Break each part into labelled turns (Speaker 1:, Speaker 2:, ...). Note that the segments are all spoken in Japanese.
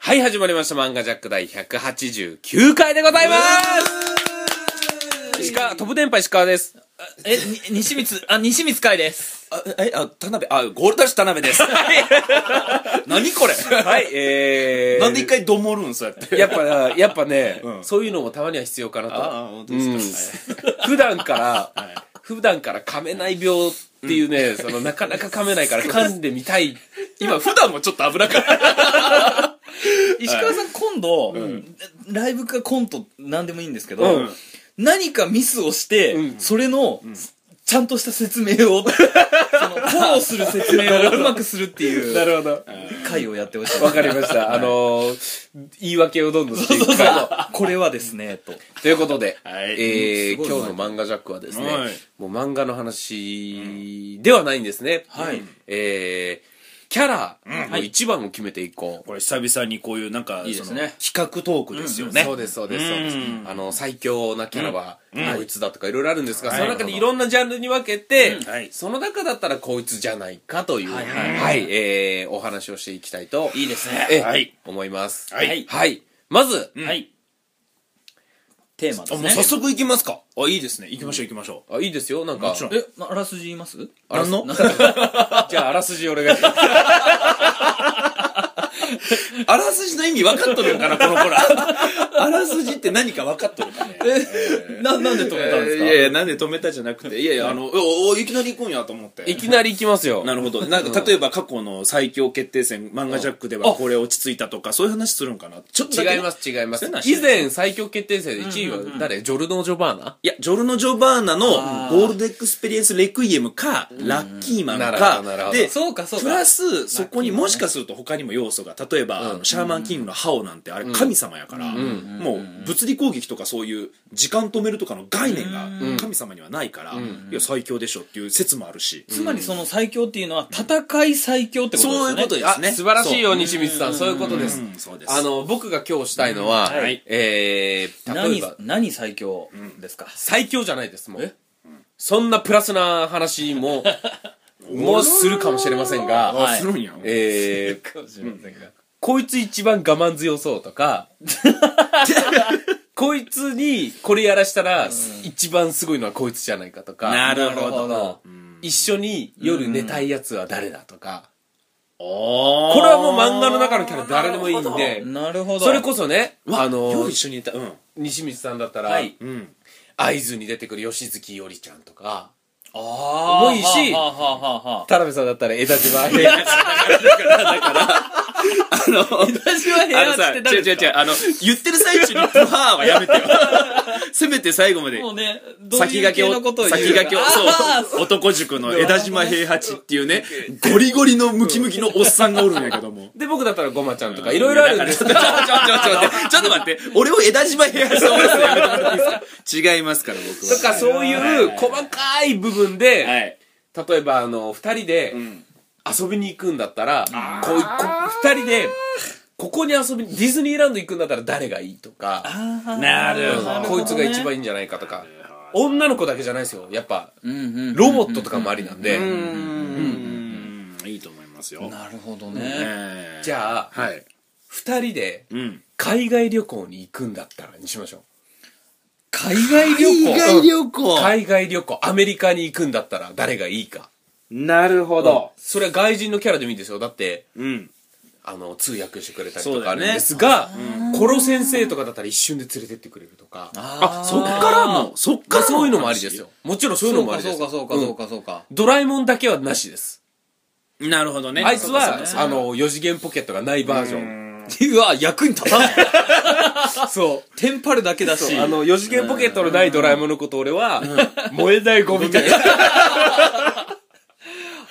Speaker 1: はい、始まりました。漫画ジャック第189回でございます石川、飛ぶ電波石川です。
Speaker 2: え、に西光、あ、西光海です。
Speaker 3: あ、え、あ、田辺、あ、ゴールダッシュ田辺 です。何これ
Speaker 1: はい、えー。
Speaker 3: なんで一回どもるんそうやって。
Speaker 1: やっぱ、やっぱね、
Speaker 3: うん
Speaker 1: そういうのもたまには必要かなと。
Speaker 3: ああ、本当ですか。
Speaker 1: 普段から、普段から噛めない病っていうね、そのなかなか噛めないから噛んでみたい。
Speaker 3: 今、普段もちょっと危なかった。
Speaker 2: 石川さん今度、ライブかコント何でもいいんですけど、
Speaker 1: うん
Speaker 2: 何かミスをして、
Speaker 1: うん
Speaker 2: それの、ちゃんとした説明 を、その、フォローする説明をうまくするって いう
Speaker 1: るほど。
Speaker 2: 回をやってほしい。
Speaker 1: わかりました。あのー、言い訳をどんどんしていく回と。
Speaker 2: これはですね、と。
Speaker 1: ということで、
Speaker 3: はい
Speaker 1: えー
Speaker 2: うんすごい
Speaker 1: 今日の漫画ジャックはですね、
Speaker 3: はい
Speaker 1: もう漫画の話ではないんですね。
Speaker 2: はい
Speaker 1: えー、キャラの一番を決めていこう。
Speaker 3: これ久々にこういう、なんか、
Speaker 2: いいですね
Speaker 3: その企画トークですよね。
Speaker 1: そうです、そうです、そうです
Speaker 3: うん。
Speaker 1: あの、最強なキャラは、
Speaker 3: ん
Speaker 1: こいつだとかいろいろあるんですが、
Speaker 3: はい
Speaker 1: その中でいろんなジャンルに分けて、
Speaker 3: うんはい
Speaker 1: その中だったらこいつじゃないかという、は、
Speaker 2: はいいはい
Speaker 1: えー、お話をしていきたいと、
Speaker 2: いいですね。
Speaker 1: え
Speaker 3: はい
Speaker 1: 思います。
Speaker 3: はい
Speaker 1: はい。まず、
Speaker 3: うん
Speaker 2: はい。テーマです
Speaker 3: あ、もう
Speaker 2: ね。
Speaker 3: 早速行きますか。あ、いいですね。行きましょう行きましょう。
Speaker 1: あ、いいですよ、なんか。
Speaker 3: もちろん
Speaker 2: え、まあらすじ言います
Speaker 1: あら
Speaker 3: 何の
Speaker 1: じゃあ、あらすじお願いします。
Speaker 3: あらすじの意味分かっとるんかな、この子ら。あらすじって何か分かっとる かね。
Speaker 2: え、 な、なんで止めたんですか、
Speaker 3: いやいや、なんで止めたじゃなくて。いやいや、あの、お、おいきなり行くんやと思って。
Speaker 1: いきなり行きますよ。
Speaker 3: なるほど。なんか、例えば過去の最強決定戦、漫画ジャックではこれ落ち着いたとか、そういう話するんかなちょっとだけね
Speaker 1: 違いま。す、違います
Speaker 3: そういうのは。し
Speaker 1: 以
Speaker 3: ない
Speaker 1: 前、最強決定戦で1位は誰ジョルノ・ジョバーナ
Speaker 3: いや、ジョルノ・ジョバーナの
Speaker 2: あー
Speaker 3: ゴールドエクスペリエンス・レクイエムか、ラッキーマン
Speaker 1: なるほど
Speaker 3: か
Speaker 1: なるほど、
Speaker 3: で、
Speaker 2: そうか、そうか。
Speaker 3: プラス、そこにもしかすると他にも要素が、例えば、あのシャーマンキングのハオなんて、あれ神様やから、もう物理攻撃とかそういう時間止めるとかの概念が神様にはないから、いや、最強でしょっていう説もあるし。
Speaker 2: つまりその最強っていうのは、戦い最強ってことですよね。
Speaker 3: そういうことで
Speaker 1: あ
Speaker 3: すね、
Speaker 1: 素晴らしいよ、西光さん。そういうことです
Speaker 3: う。んそうです。
Speaker 1: あの、僕が今日したいのは
Speaker 3: うんはい、
Speaker 1: えー、例え
Speaker 2: 何
Speaker 1: ば、、
Speaker 2: 何最強ですか、
Speaker 1: 最強じゃないです、もう
Speaker 2: え。
Speaker 1: そんなプラスな話 も、もうするかもしれません
Speaker 3: あ、
Speaker 1: が、
Speaker 2: はい
Speaker 3: するんや。
Speaker 1: えー、
Speaker 2: かもしれませんが。
Speaker 1: こいつ一番我慢強そうとか、こいつにこれやらしたら、一番すごいのはこいつじゃないかとか。
Speaker 3: なる
Speaker 2: ほど
Speaker 1: 一緒に夜寝たいやつは誰だとか。
Speaker 3: こ
Speaker 1: これはもう漫画の中のキャラ誰でもいいんで、
Speaker 2: なるほど。
Speaker 1: それこそね、あの
Speaker 3: 夜、一緒にいたうん
Speaker 1: 西光さんだったら、
Speaker 2: はい
Speaker 3: うん
Speaker 1: 会津に出てくる吉月よりちゃんとか、
Speaker 2: あ
Speaker 1: 重いし
Speaker 2: はあはあはあはあ。
Speaker 1: 田辺さんだったら江田島平八。
Speaker 3: あの
Speaker 2: 私は部
Speaker 3: あ
Speaker 2: 屋
Speaker 3: の
Speaker 2: っ
Speaker 3: さ
Speaker 2: て
Speaker 3: 違う
Speaker 2: 誰
Speaker 3: 違
Speaker 2: で
Speaker 3: う
Speaker 2: す
Speaker 3: 違う
Speaker 2: か
Speaker 3: あの言ってる最 中に「ブハー」はやめてよせめて最後まで
Speaker 2: もうね、どう
Speaker 3: 先
Speaker 2: いう
Speaker 3: 駆け
Speaker 2: 系の
Speaker 3: を
Speaker 2: ことを言う
Speaker 3: 先駆けを
Speaker 2: あ
Speaker 3: そう男塾の枝島平八っていうねゴリゴリのムキムキのおっさんがおるんやけども
Speaker 1: で、僕だったらごまちゃんとか、 いろいろあるんです
Speaker 3: だからちょちょちょちょ待ってちょっと待って俺を枝島平八と思やめてもらっていいですか違いますから僕は
Speaker 1: とか、そういう細かい部分で、
Speaker 3: はい
Speaker 1: 例えばあの二人で
Speaker 3: ん
Speaker 1: 遊びに行くんだったら、こういこ二人でここに遊びにディズニーランド行くんだったら誰がいいとか、
Speaker 2: ー
Speaker 3: なるほど
Speaker 2: なるほど
Speaker 1: こ
Speaker 2: ね
Speaker 1: いつが一番いいんじゃないかとか女の子だけじゃないですよやっぱ
Speaker 2: うんうん。
Speaker 1: ロボットとかもありなんで、
Speaker 3: うんいいと思いますよ
Speaker 2: なるほど
Speaker 3: え
Speaker 2: ね。
Speaker 3: ー
Speaker 1: じゃあ
Speaker 3: はい
Speaker 1: 二人で
Speaker 3: うん
Speaker 1: 海外旅行に行くんだったらにしましょう
Speaker 2: 海外旅行。
Speaker 3: 海外旅行
Speaker 1: 海外旅行アメリカに行くんだったら誰がいいか
Speaker 3: なるほど。
Speaker 1: それは外人のキャラでもいいですよだって
Speaker 3: うん。
Speaker 1: あの通訳してくれたり
Speaker 3: そ
Speaker 1: と
Speaker 3: う
Speaker 1: か
Speaker 3: だ
Speaker 1: あ
Speaker 3: よね
Speaker 1: るんですが、コロ先生とかだったら一瞬で連れてってくれるとか
Speaker 3: あ、そっからの、そっ
Speaker 1: ま
Speaker 3: か
Speaker 1: あ
Speaker 3: ら
Speaker 1: そういうのもありですよ。。もちろんそういうの
Speaker 2: そう
Speaker 1: もあ
Speaker 2: か
Speaker 1: りで
Speaker 2: そ
Speaker 1: す
Speaker 2: う
Speaker 1: よ。
Speaker 2: かそうかそう
Speaker 1: うん
Speaker 2: かそうか。
Speaker 1: ドラえもんだけはなしです。
Speaker 3: なるほどね。
Speaker 1: あいつ
Speaker 3: そう
Speaker 1: は
Speaker 3: かそう、か
Speaker 1: あの、四次元ポケットがないバージョン。
Speaker 2: うわ、役に立たない。
Speaker 1: そ
Speaker 2: テンパるだけだ
Speaker 1: う。
Speaker 2: し。
Speaker 1: あの、四次元ポケットのないドラえもんのこと俺は、燃えないゴミだよ。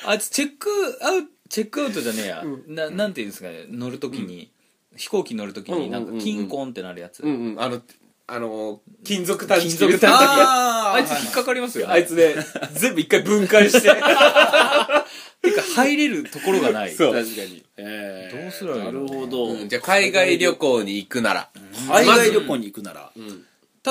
Speaker 2: あいつチェックアウト、チェックアウトじゃねえや。な、なんていうんですかね、乗るときに、飛行機乗るときに、なん
Speaker 1: うん
Speaker 2: か
Speaker 1: うんうんうん
Speaker 2: キンコンってなるやつ。
Speaker 1: うんうん、あの、あの、金属探知機。
Speaker 2: 金属探知機
Speaker 3: あ
Speaker 2: あ
Speaker 3: あ
Speaker 2: いつ引っかかりますよね。
Speaker 1: あいつね、全部一回分解 して。
Speaker 2: てか入れるところがない。
Speaker 1: そう
Speaker 3: 確かに。えー
Speaker 2: どうすりゃいいの
Speaker 3: なるほど。
Speaker 1: うんじゃあ海外旅行に行くなら。
Speaker 3: 海外旅行に行くなら。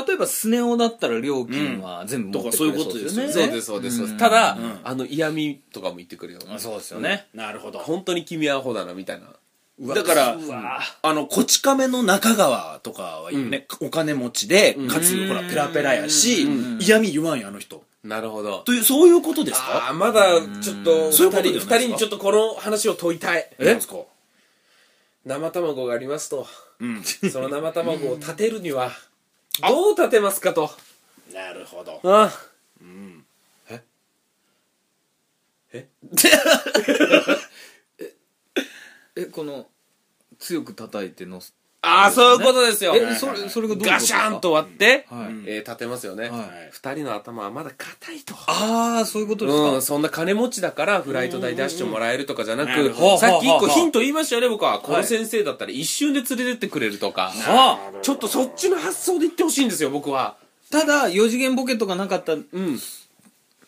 Speaker 2: 例えばスネ夫だったら料金は全部持ってくれそうですよね、
Speaker 3: とか
Speaker 1: そうです、そうです、そうです。
Speaker 2: ん
Speaker 1: ただ、あの、嫌味とかも言ってくるよ。
Speaker 2: あそうですよね、
Speaker 3: なるほど。
Speaker 1: 本当に君はアホだな、みたいな。
Speaker 3: だから
Speaker 1: うわ
Speaker 3: あの、こち亀の中川とかはいいよね、お金持ちで、かつ、ほら、ペラペラやし、嫌味言わんや、あの人。
Speaker 1: なるほど
Speaker 3: という、そういうことです
Speaker 1: あ
Speaker 3: か
Speaker 1: あまだちょっと
Speaker 3: そう
Speaker 1: 二人
Speaker 3: いうことではない
Speaker 1: 二
Speaker 3: ですか
Speaker 1: 人にちょっとこの話を問いたい
Speaker 3: なんですか
Speaker 1: 生卵があります と
Speaker 3: うん。
Speaker 1: その生卵を立てるにはどう立てますかと
Speaker 3: なるほど。
Speaker 1: あ
Speaker 2: えこの強く叩いてのす
Speaker 1: あーそういうことですよ
Speaker 2: えそれそれがどういうことですか
Speaker 1: ガシャンと割って
Speaker 2: はい
Speaker 1: えー立てますよね
Speaker 2: はい
Speaker 1: 二人の頭はまだ硬いと
Speaker 2: ああそういうことですか、
Speaker 1: うん、そんな金持ちだからフライト代出してもらえるとかじゃな
Speaker 3: うんうんう
Speaker 1: く
Speaker 3: ん
Speaker 1: さっ
Speaker 2: はあ
Speaker 1: き一個
Speaker 2: はあはあ
Speaker 1: ヒント言いましたよね僕はこ
Speaker 2: は
Speaker 1: の
Speaker 2: い
Speaker 1: 先生だったら一瞬で連れてってくれるとか
Speaker 2: は
Speaker 1: ちょっとそっちの発想で言ってほしいんですよ僕は
Speaker 2: ただ4次元ボケとかなかったよ
Speaker 1: うん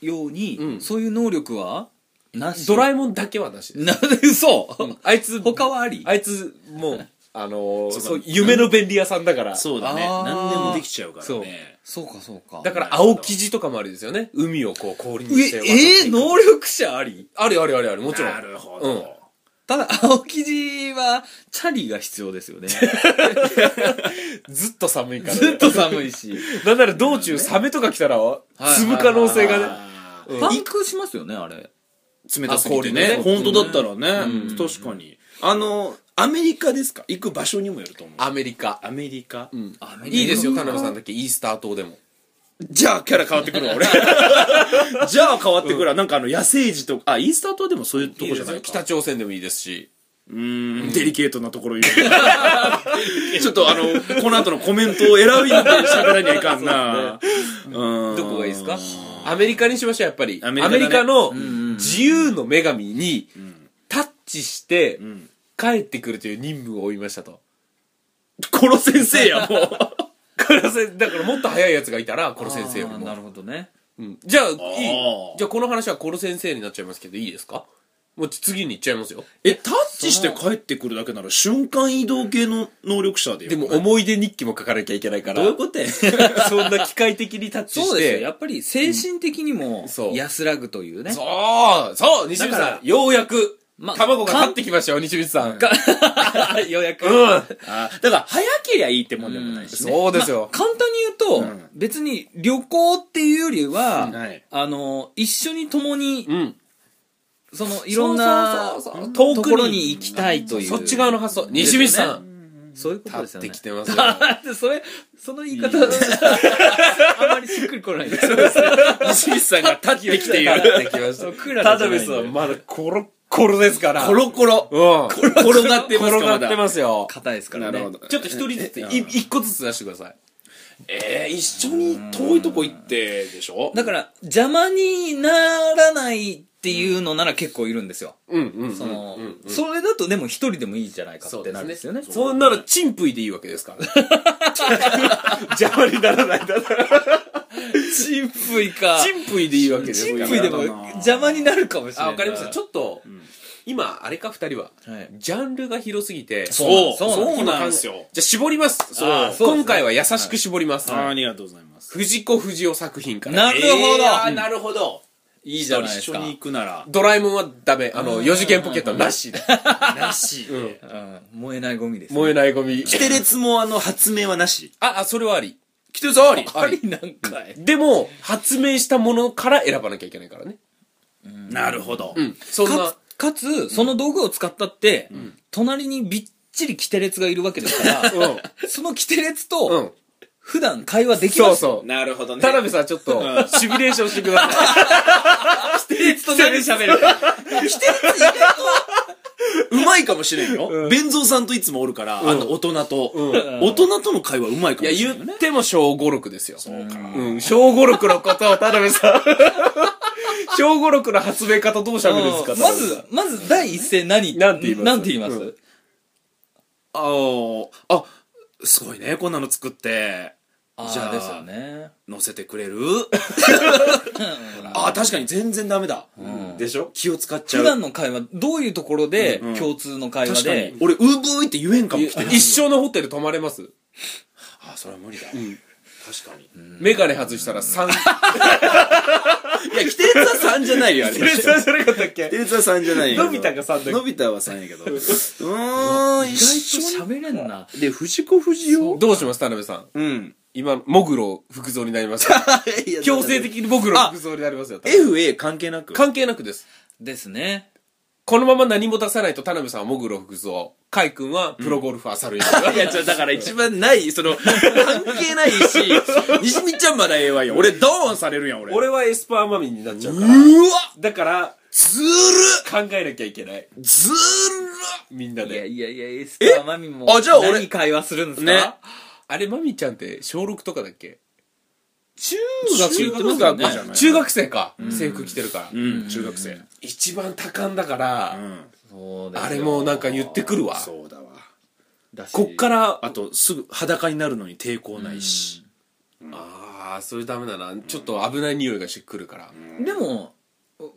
Speaker 2: うに、
Speaker 1: うん
Speaker 2: そういう能力はなし
Speaker 1: ドラえもんだけはなしです
Speaker 2: なんで嘘、
Speaker 1: あいつ
Speaker 2: 他はあり
Speaker 1: あいつもうあのー
Speaker 3: そうだ
Speaker 1: そう夢の便利屋さんだから
Speaker 3: そうだね。
Speaker 2: あー
Speaker 3: 何でもできちゃうから
Speaker 1: そう
Speaker 3: ね。
Speaker 2: そうかそうか
Speaker 1: だから青生地とかもありですよね海をこう氷に
Speaker 2: え
Speaker 1: して渡って
Speaker 2: え
Speaker 1: い
Speaker 2: ー
Speaker 1: く
Speaker 2: 能力者あり
Speaker 1: あるあるあるあるもちろん
Speaker 3: なるほ
Speaker 1: うん
Speaker 3: ど。
Speaker 2: ただ青生地はチャリが必要ですよ ね
Speaker 1: ずっと寒いからね
Speaker 2: ずっと寒いし
Speaker 1: なんなら道中サメとか来たら積む可能性がね
Speaker 3: あー
Speaker 2: パンクしますよねあれ
Speaker 3: 冷たすぎてね
Speaker 1: あ氷
Speaker 3: 本当だったらね確かにあのアメリカですか行く場所にもよると思う
Speaker 1: アメリカ
Speaker 3: アメリカ
Speaker 1: うん
Speaker 2: アメリカ
Speaker 1: いいですよ田辺さんだけイースター島でも
Speaker 3: じゃあキャラ変わってくるわ俺じゃあ変わってくるわなんかあの野生児とかあイースター島でもそういうとこじゃないか
Speaker 1: 北朝鮮でもいいですし
Speaker 3: うーんデリケートなところ言うちょっとあのこの後のコメントを選びにて喋らにはいかんなうん
Speaker 1: どこがいいですかアメリカにしましょうやっぱりア
Speaker 3: ア
Speaker 1: メ
Speaker 3: メリカ
Speaker 1: リカ
Speaker 3: だね
Speaker 1: の自由の女神にタッチして
Speaker 3: ん
Speaker 1: 帰ってくるという任務を負いましたと
Speaker 3: この先生やもう
Speaker 1: 殺せだからもっと早いやつがいたら殺先生より
Speaker 2: あーな
Speaker 1: も、
Speaker 2: るほどね
Speaker 1: うん、じゃあいい
Speaker 3: ー
Speaker 1: じゃあこの話は殺先生になっちゃいますけどいいですかもう次に行っちゃいますよ
Speaker 3: えタッチして帰ってくるだけなら瞬間移動系の能力者でよ
Speaker 1: でも思い出日記も書かなきゃいけないか
Speaker 2: ど
Speaker 1: ら
Speaker 2: ういうことや
Speaker 1: そんな機械的にタッチして
Speaker 2: そうですよやっぱり精神的にも
Speaker 1: そう
Speaker 2: 安らぐというね、
Speaker 1: そうそう西光
Speaker 2: だか
Speaker 1: さ
Speaker 2: ら
Speaker 1: んようやく、
Speaker 2: ま
Speaker 1: 卵が立ってきましたよ、西光さん。
Speaker 2: ようやく
Speaker 1: うん
Speaker 3: あだから早けりゃいいってもんでもないしね
Speaker 1: そうですよ。
Speaker 2: 簡単に言うと、
Speaker 3: うん
Speaker 2: 別に旅行っていうよりは、
Speaker 3: はい
Speaker 2: あの一緒に共に、
Speaker 1: うん。
Speaker 2: そのいろんな
Speaker 1: そうそうそうそう遠くに
Speaker 2: ところに行きたいという
Speaker 1: そっち側の発想。西光さ
Speaker 2: で
Speaker 1: ん、
Speaker 2: そういうことですよ
Speaker 1: 立っ
Speaker 2: ね
Speaker 1: てきてますよ。
Speaker 2: だって それその言い方あまりしっくりこないです
Speaker 3: 西光さんが立ってきている
Speaker 1: 立ってきました。
Speaker 2: クーラーじゃな
Speaker 1: 田
Speaker 2: いんだよ
Speaker 1: 辺さんはまだコロッコロですから。
Speaker 3: コロコロ
Speaker 1: うん。
Speaker 3: 転がってますか
Speaker 1: 転がって
Speaker 3: ま
Speaker 1: ますよ。
Speaker 2: 硬いですから
Speaker 3: だ
Speaker 2: ね
Speaker 3: なるほど
Speaker 1: ちょっと一人ずつ、い一個ずつ出してください。
Speaker 3: えー、一緒に遠いとこ行ってでしょ
Speaker 2: だから邪魔にならないっていうのなら結構いるんですよ、
Speaker 1: うんうん。
Speaker 2: その
Speaker 1: うんうん
Speaker 2: それだとでも一人でもいいじゃないか
Speaker 1: そ
Speaker 2: っ
Speaker 1: う
Speaker 2: て
Speaker 1: で
Speaker 2: な
Speaker 1: す
Speaker 2: るん
Speaker 1: ね。
Speaker 2: ですよね
Speaker 1: そんなのチンプイでいいわけですからね。邪魔にならないだろ。
Speaker 2: チンプイか
Speaker 1: チンプイでいいわけです
Speaker 2: チ
Speaker 1: か
Speaker 2: ン
Speaker 1: ら。
Speaker 2: プイでも邪魔になるかもしれない
Speaker 1: あ、わかりました。ちょっと、今、あれか、二人は、
Speaker 2: はい
Speaker 1: ジャンルが広すぎて、
Speaker 3: そう
Speaker 2: そう
Speaker 3: そうなんですよ
Speaker 1: じゃあ、絞ります。
Speaker 2: あーそうですね
Speaker 1: 今回は優しく絞ります。
Speaker 3: あーありがとうございます
Speaker 1: 藤子不二雄作品から。
Speaker 2: なるほど
Speaker 3: えーあーなるほど
Speaker 2: いいじ
Speaker 3: 一
Speaker 2: ゃ
Speaker 3: 緒
Speaker 2: ない
Speaker 3: に
Speaker 2: です
Speaker 3: 一
Speaker 2: か
Speaker 3: 緒に行くなら
Speaker 1: ドラえもんはダメ。あの、四次元ポケットは なしで。
Speaker 3: なし
Speaker 1: ん
Speaker 2: うん燃えないゴミですね
Speaker 1: 燃えないゴミ。
Speaker 3: キテレツもあの発明はなし
Speaker 1: あ、あ、それはあり。
Speaker 3: キテレツあり
Speaker 2: ありなんかい
Speaker 1: でも、発明したものから選ばなきゃいけないからね。
Speaker 3: なるほど
Speaker 1: うん。そんな
Speaker 2: か、かつその道具を使ったって隣にびっちりキテレツがいるわけです から
Speaker 1: うん。
Speaker 2: そのキテレツ
Speaker 1: う
Speaker 2: と
Speaker 1: ん。
Speaker 2: 普段会話でき
Speaker 1: そ
Speaker 2: ま
Speaker 1: う
Speaker 2: すよ
Speaker 1: そう。
Speaker 3: なるほどね
Speaker 1: 田辺さん、ちょっと、シミュレーションしてくださ い。
Speaker 2: キテレツと何喋るか
Speaker 3: うまいかもしれんよ弁蔵さんといつもおるからあの大人と大人との会話うまいか
Speaker 1: い
Speaker 3: も
Speaker 1: や、
Speaker 3: しれん
Speaker 1: 言
Speaker 3: よ
Speaker 1: っ
Speaker 3: ね
Speaker 1: ても小五六ですよ。そうか。うん、小五六のことを田辺さん。 小五六の発明家とどうしゃべるんですか
Speaker 2: ま、ずまず第一声何
Speaker 1: なんて言います
Speaker 2: なんて言います
Speaker 1: うん
Speaker 3: あーあすごいねこんなの作って
Speaker 2: じ
Speaker 3: じ
Speaker 2: ゃ
Speaker 3: ゃ
Speaker 2: あ
Speaker 3: あ
Speaker 2: ですよね
Speaker 3: 乗せてくれる あー確かに全然ダメだ、でしょ気を使っちゃ
Speaker 2: 普
Speaker 3: う
Speaker 2: 段の会話どういうところで
Speaker 3: うん
Speaker 2: 共通の会話
Speaker 3: 確か
Speaker 2: で
Speaker 3: に俺ウーブーイって言えんかも
Speaker 1: い
Speaker 3: 来て
Speaker 1: 一生のホテル泊まれます
Speaker 3: あーそれは無理だ、確かに
Speaker 1: メガネ外したら三
Speaker 2: いや、キテレツは3じゃないよ、あれ。
Speaker 1: れさんじゃなかったっけ
Speaker 3: テレツは3じゃないけど
Speaker 1: のび太が三だけど
Speaker 3: のび太は3やけどうーん
Speaker 2: 意
Speaker 3: 一緒
Speaker 2: 外
Speaker 3: に
Speaker 2: と喋れんな。
Speaker 3: で藤子不二雄
Speaker 1: どうします田辺さん
Speaker 3: うん
Speaker 1: 今もぐろ服蔵になりました強制的にもぐろ服蔵になりますよ
Speaker 3: FA 関係なく
Speaker 1: 関係なくです
Speaker 2: ですね。
Speaker 1: このまま何も出さないと田辺さんはもぐろ服蔵海君はプロゴルファー猿井、
Speaker 3: いや、ちょ、だから一番ない、 その、関係ないし、西見ちゃんまだええわよ。俺、ドーンされるやん、俺。
Speaker 1: 俺
Speaker 3: う
Speaker 1: はエスパーマミになっちゃうから
Speaker 3: ーわ
Speaker 1: だから
Speaker 3: ずる
Speaker 1: 考えなきゃいけない
Speaker 3: ず
Speaker 1: みんない
Speaker 2: や
Speaker 1: で
Speaker 2: いやいや、エスターマミも。
Speaker 3: あじゃあ俺
Speaker 2: 何会話するんです
Speaker 3: る
Speaker 2: か
Speaker 3: ね。
Speaker 1: あれマミちゃんって小6とかだっけ
Speaker 3: 中
Speaker 2: 中学
Speaker 3: 中学
Speaker 2: ね
Speaker 3: じゃない
Speaker 1: 中学生か、制服着てるから、
Speaker 3: うん、中学生。
Speaker 1: 一番多感だから、
Speaker 3: うん。
Speaker 2: そうですよ
Speaker 1: あれもなんか言ってくるわ
Speaker 3: そうだわ。
Speaker 2: だし
Speaker 1: こっから
Speaker 3: あと、すぐ裸になるのに抵抗ないし。
Speaker 1: ああそれダメだなちょっと危ない匂いがしてくるから、
Speaker 2: でも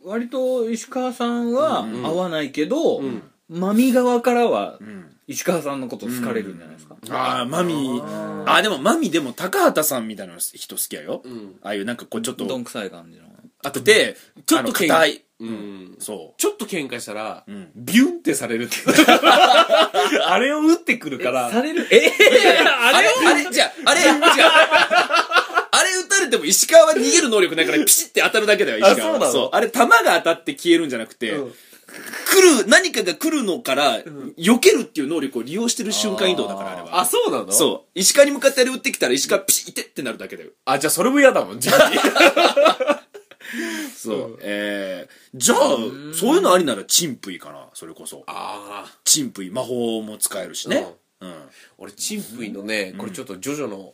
Speaker 2: 割と石川さんは合わないけど、
Speaker 1: ん
Speaker 2: マミ側からは
Speaker 3: ん
Speaker 2: 石川さんのこと好かれるんじゃないですか、
Speaker 3: ああ、マミー。あー、でもマミでも高畑さんみたいな人好きやよ
Speaker 1: ん。
Speaker 3: ああいうなんかこう、ちょっと、
Speaker 2: どんくさい感じの
Speaker 3: あとで、
Speaker 1: ちょっと
Speaker 3: あの
Speaker 1: けん
Speaker 3: 硬い。
Speaker 1: うん
Speaker 3: そ
Speaker 1: ちょっと喧嘩したら、
Speaker 3: ん
Speaker 1: ビュンってされるって あれを打ってくるから
Speaker 2: されるええ
Speaker 3: う。あれあれじゃあ、あれ違う。あれ撃たれても石川は逃げる能力ないからピシッて当たるだけだよ、
Speaker 1: あ
Speaker 3: 石川
Speaker 1: そうな
Speaker 3: は。
Speaker 1: の
Speaker 3: そう。あれ弾が当たって消えるんじゃなくて、
Speaker 1: うん
Speaker 3: 来る、何かが来るのから、避けるっていう能力を利用してる瞬間移動だから、あれは。
Speaker 1: あそうなのう
Speaker 3: そう。石川に向かってあれ撃ってきたら石川ピシッてってなるだけだよ。
Speaker 1: あじゃあそれも嫌だもんじゃ あ
Speaker 3: そう。えー、じゃあ、そういうのありならチンプイかな、それこそ。
Speaker 1: あー
Speaker 3: チンプイ、魔法も使えるしね。うん。
Speaker 1: 俺チンプイのね、これちょっとジョジョの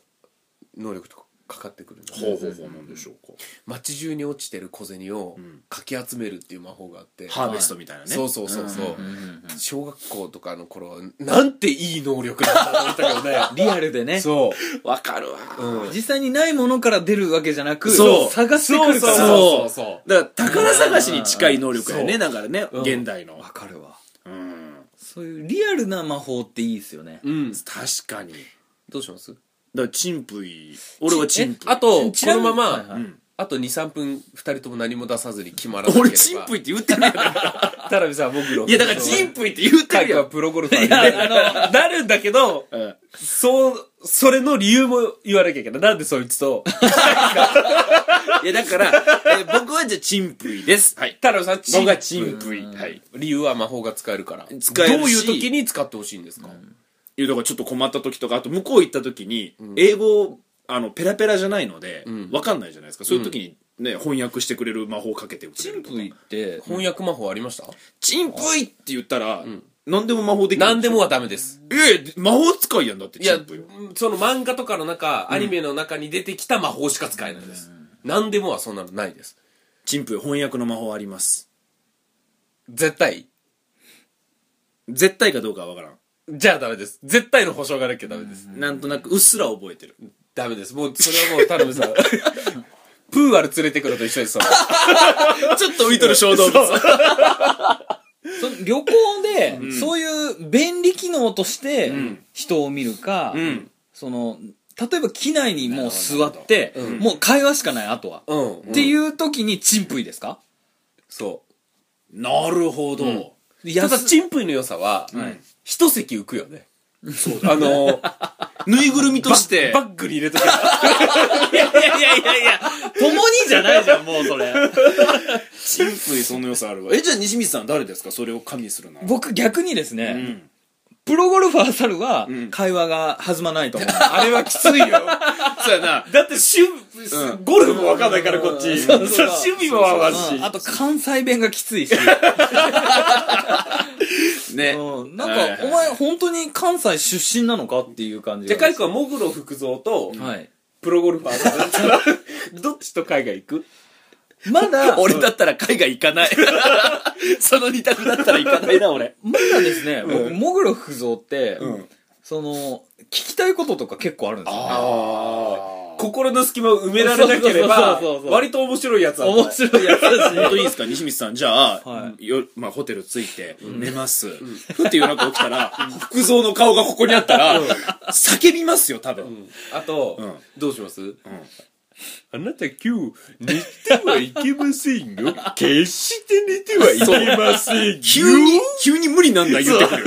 Speaker 1: 能力とかかかってくるんだけど
Speaker 3: ほうほうほうなんでしょうか。
Speaker 1: 街中に落ちてる小銭をかき集めるっていう魔法があって、
Speaker 3: ハーベストみたいなね。
Speaker 1: そうそうそうそう、
Speaker 2: うんうん
Speaker 1: 小学校とかの頃はなんていい能力なんだと思ったけどね
Speaker 2: リアルで ね
Speaker 1: そう
Speaker 3: わかるわ。
Speaker 1: うん
Speaker 2: 実際にないものから出るわけじゃなく
Speaker 3: そう
Speaker 2: 探してくるから
Speaker 1: そう
Speaker 3: そ
Speaker 1: そ
Speaker 3: うだから宝探しに近い能力や
Speaker 1: う
Speaker 3: ね
Speaker 1: ん
Speaker 3: だからね、
Speaker 1: うん
Speaker 3: 現代の
Speaker 2: わかるわ
Speaker 3: うん
Speaker 2: そういうリアルな魔法っていいですよね、
Speaker 1: うん
Speaker 3: 確かにだか
Speaker 1: どうします
Speaker 3: らチンプイ俺はチンプイ
Speaker 1: あとこ
Speaker 2: ちなみ
Speaker 1: の
Speaker 2: に
Speaker 1: まま、
Speaker 2: はいはい
Speaker 3: うん
Speaker 1: あと23分2人とも何も出さずに決まらなければ
Speaker 3: 俺チンプイって言って ないよだから
Speaker 1: 田辺さんは僕の
Speaker 3: いやだからチンプイって言って
Speaker 1: 海
Speaker 3: る
Speaker 1: 君
Speaker 3: よ
Speaker 1: はプロゴルファーになるんだけど
Speaker 3: うん
Speaker 1: そうそれの理由も言わなきゃいけないなんでそいつと
Speaker 3: いやだからえー僕はじゃあチンプイですはい
Speaker 1: 田辺さんチン
Speaker 3: 僕はチンプイはい
Speaker 1: 理由は魔法が使えるから
Speaker 3: 使えるし
Speaker 1: どういう時に使ってほしいんですか、
Speaker 3: いやだからちょっと困った時とかあと向こう行った時に英語あのペラペラじゃないので
Speaker 1: ん
Speaker 3: わかんないじゃないですかそういう時にね翻訳してくれる魔法をかけてく
Speaker 2: チ
Speaker 3: れる
Speaker 2: ン
Speaker 3: と
Speaker 2: プイって
Speaker 1: 翻訳魔法ありました、
Speaker 3: チンプイって言ったら何でも魔法できる
Speaker 1: 何でもはダメです
Speaker 3: ええ魔法使いやんだって
Speaker 1: いや
Speaker 3: チンプイ
Speaker 1: その漫画とかの中アニメの中に出てきた魔法しか使えないです、何でもはそんなのないです
Speaker 3: チンプイ翻訳の魔法あります
Speaker 1: 絶対
Speaker 3: 絶対かどうかは分からん
Speaker 1: じゃあダメです絶対の保証がなきゃダメです、
Speaker 3: なんとなくうっすら覚えてる
Speaker 1: ダメですもうそれはもう田辺さんプーアル連れてくるのと一緒ですそれ
Speaker 3: ちょっと浮いとる小動物
Speaker 2: その旅行で、そういう便利機能として人を見るか、
Speaker 3: ん
Speaker 2: その例えば機内にもう座って、もう会話しかないあとは、
Speaker 1: うん、うん
Speaker 2: っていう時にチンプイですか
Speaker 1: そ
Speaker 3: なるほど
Speaker 1: うただ
Speaker 2: 安
Speaker 1: チンプイの良さは、一席浮くよねそうだ、あ
Speaker 3: ぬいぐるみとして
Speaker 1: のバッグに入れとけば
Speaker 2: いやいやいやいやいや共にじゃないじゃんもうそれ
Speaker 3: チンプイその良さあるわえじゃあ西光さん誰ですかそれを加味するなら
Speaker 2: 僕逆にですね、
Speaker 3: うん
Speaker 2: プロゴルファー猿は
Speaker 3: ん
Speaker 2: 会話が弾まないと思 う、
Speaker 1: あれはきついよ
Speaker 3: そうやな
Speaker 1: だって趣、
Speaker 3: うん
Speaker 1: ゴルフも分かんないからこっち、
Speaker 2: そうそう
Speaker 1: 趣味も分かんないし、
Speaker 2: うんあと関西弁がきついし
Speaker 3: ね
Speaker 2: うんなん
Speaker 3: はいはい
Speaker 2: か、お前、本当に関西出身なのかっていう感 じ
Speaker 1: じゃ
Speaker 2: が。
Speaker 1: あカイ君はモグロ福蔵と
Speaker 2: はい。
Speaker 1: プロゴルファーだったら どっちと海外行く
Speaker 2: まだ、ま
Speaker 3: 俺だったら海外行かない その二択だったら行かないな俺
Speaker 2: だですね、僕、モグロ福蔵って
Speaker 3: うん、
Speaker 2: その、聞きたいこととか結構あるんですよね。
Speaker 1: あ心の隙間を埋められなければ
Speaker 2: そうそうそうそう
Speaker 1: 割と面白いやつは
Speaker 2: 面白いやつだし。
Speaker 3: 本当いいですか西光さんじゃあ、
Speaker 2: は
Speaker 3: よまあ、ホテル着いて寝ます、ふって夜中起きたら福蔵の顔がここにあったら、叫びますよ多分、
Speaker 1: あと、
Speaker 3: うん
Speaker 1: どうしますあなた今日寝てはいけませんよ決して寝てはいけませんよ
Speaker 3: 急に、急に無理なんだ言ってくる。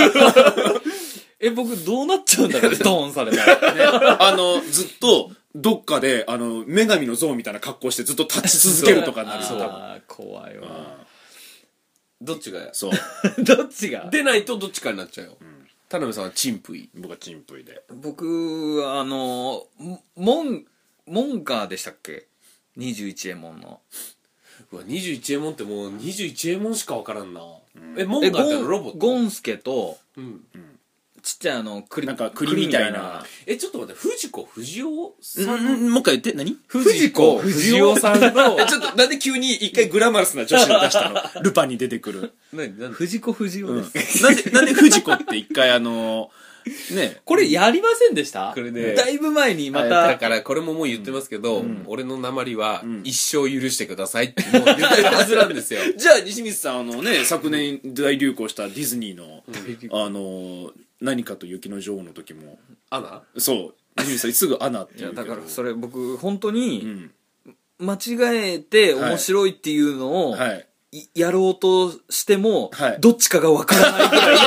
Speaker 2: え、僕どうなっちゃうんだろうね、ドーンされたら。
Speaker 3: あの、ずっと、どっかで、あの、女神の像みたいな格好してずっと立ち続けるとかになるよ、多分。
Speaker 2: あー怖いわ。
Speaker 1: どっちが
Speaker 3: そう。
Speaker 2: どっちが
Speaker 1: 出ないとどっちかになっちゃうよ、田辺さんはチンプイ
Speaker 3: 僕はチンプイで。
Speaker 2: 僕はあのもモンモンガーでしたっけ21エモンの
Speaker 1: うわ21エモンってもう21エモンしかわからんな、えモン
Speaker 2: え
Speaker 1: ガーって
Speaker 2: ゴ
Speaker 1: の
Speaker 2: ン
Speaker 1: ロボット
Speaker 2: ゴンスケと
Speaker 1: うん、
Speaker 2: ちっちゃいあの栗
Speaker 3: なんか栗みたいな
Speaker 1: えちょっと待って藤子不二雄さん
Speaker 3: ん、もう一回言って、何
Speaker 1: 藤子不二雄さんの
Speaker 3: ちょっと、なんで急に一回グラマラスな女子を出したの ルパンに出てくる。
Speaker 1: 何 何
Speaker 2: 藤子不二雄です、
Speaker 3: なんで、なんで藤子って一回あの、ね、
Speaker 2: これやりませんでした
Speaker 1: これね
Speaker 2: だいぶ前にま
Speaker 1: だ
Speaker 2: た
Speaker 1: からこれももう言ってますけど、俺の鉛は
Speaker 3: ん
Speaker 1: 一生許してくださいってもう言ってるはずなん ですよ
Speaker 3: じゃあ西光さんあのね昨年大流行したディズニーの、あの何かと雪の女王の時も
Speaker 1: アナ
Speaker 3: そう西光さんすぐアナっ
Speaker 2: い
Speaker 3: て言
Speaker 2: や
Speaker 3: うけ
Speaker 2: だ
Speaker 3: ど
Speaker 2: からそれ僕本当
Speaker 3: う
Speaker 2: に
Speaker 3: ん
Speaker 2: 間違えて面白いっていうのを、
Speaker 3: はい
Speaker 2: いやろうとしても、
Speaker 3: はい
Speaker 2: どっちかがわからないぐらい